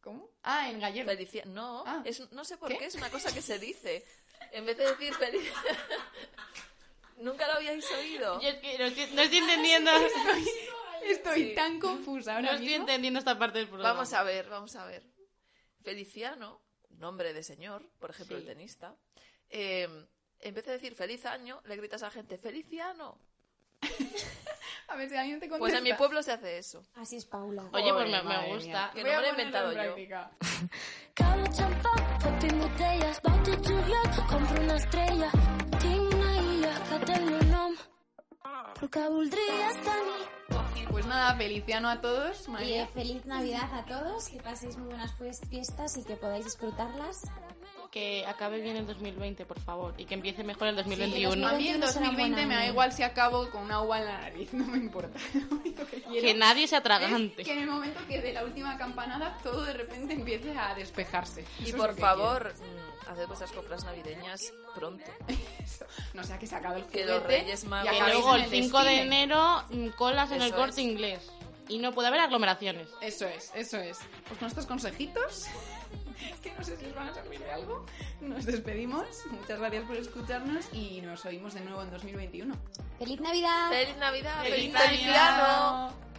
A: ¿Cómo? Ah, en gallego.
B: Felicia- No,
A: Ah.
B: es, no sé por
A: ¿Qué?
B: ¿Qué? es una cosa que se dice. En vez de decir feliz... Nunca lo habíais oído.
C: Yo es que no estoy, no estoy entendiendo,
A: Estoy
B: Sí.
A: tan confusa
C: no
A: ahora
C: estoy
A: mismo.
C: entendiendo esta parte del programa.
B: Vamos a ver, vamos a ver. Feliciano, nombre de señor, por ejemplo,
C: Sí.
B: el tenista, eh, en vez de decir feliz año, le gritas a la gente Feliciano.
A: A ver si alguien te contesta.
B: Pues en mi pueblo se hace eso.
E: Así es Paula.
C: Oye, pues me,
A: Joder,
C: me
A: madre
C: gusta.
B: Que
A: Voy
B: no
A: a
B: me lo
A: ponerlo
B: he inventado
A: en
B: yo.
A: práctica.
G: Caro champán, papi botellas, bate tu yacht, compro una estrella, tinc una illa que té el meu nom, però que voldries tenir.
A: Pues nada, feliciano a todos.
E: Y
A: María.
E: eh, feliz Navidad a todos, que paséis muy buenas pues- fiestas y que podáis disfrutarlas.
C: Que acabe bien el 2020, por favor. Y que empiece mejor el
A: A
C: 2021.
A: mí en
E: 2021 será un buen
A: 2020 me da
E: año.
A: igual si acabo con una uva en la nariz, no me importa. Lo único que quiero
C: que nadie se
A: es
C: atragante.
A: que en el momento que de la última campanada todo de repente empiece a despejarse. Eso
B: Y
A: es lo
B: por
A: que
B: favor, mm, haced vuestras compras navideñas pronto.
A: quiero. Eso. No sea que se acabe el
B: Que los
A: juguete
B: Reyes
A: y
B: Magos-
C: Que
A: acabéis
C: luego
A: en
C: el 5 de
A: desfile.
C: enero mm, colas en el
B: Eso
C: corte
B: es.
C: inglés. y no puede haber aglomeraciones.
A: Eso es, eso es. Pues con estos consejitos, que no sé si os van a servir de algo, nos despedimos. Muchas gracias por escucharnos y nos oímos de nuevo en 2021.
E: ¡Feliz Navidad!
B: ¡Feliz Navidad! ¡Feliz,
C: ¡Feliz Navidad!
B: Navidad!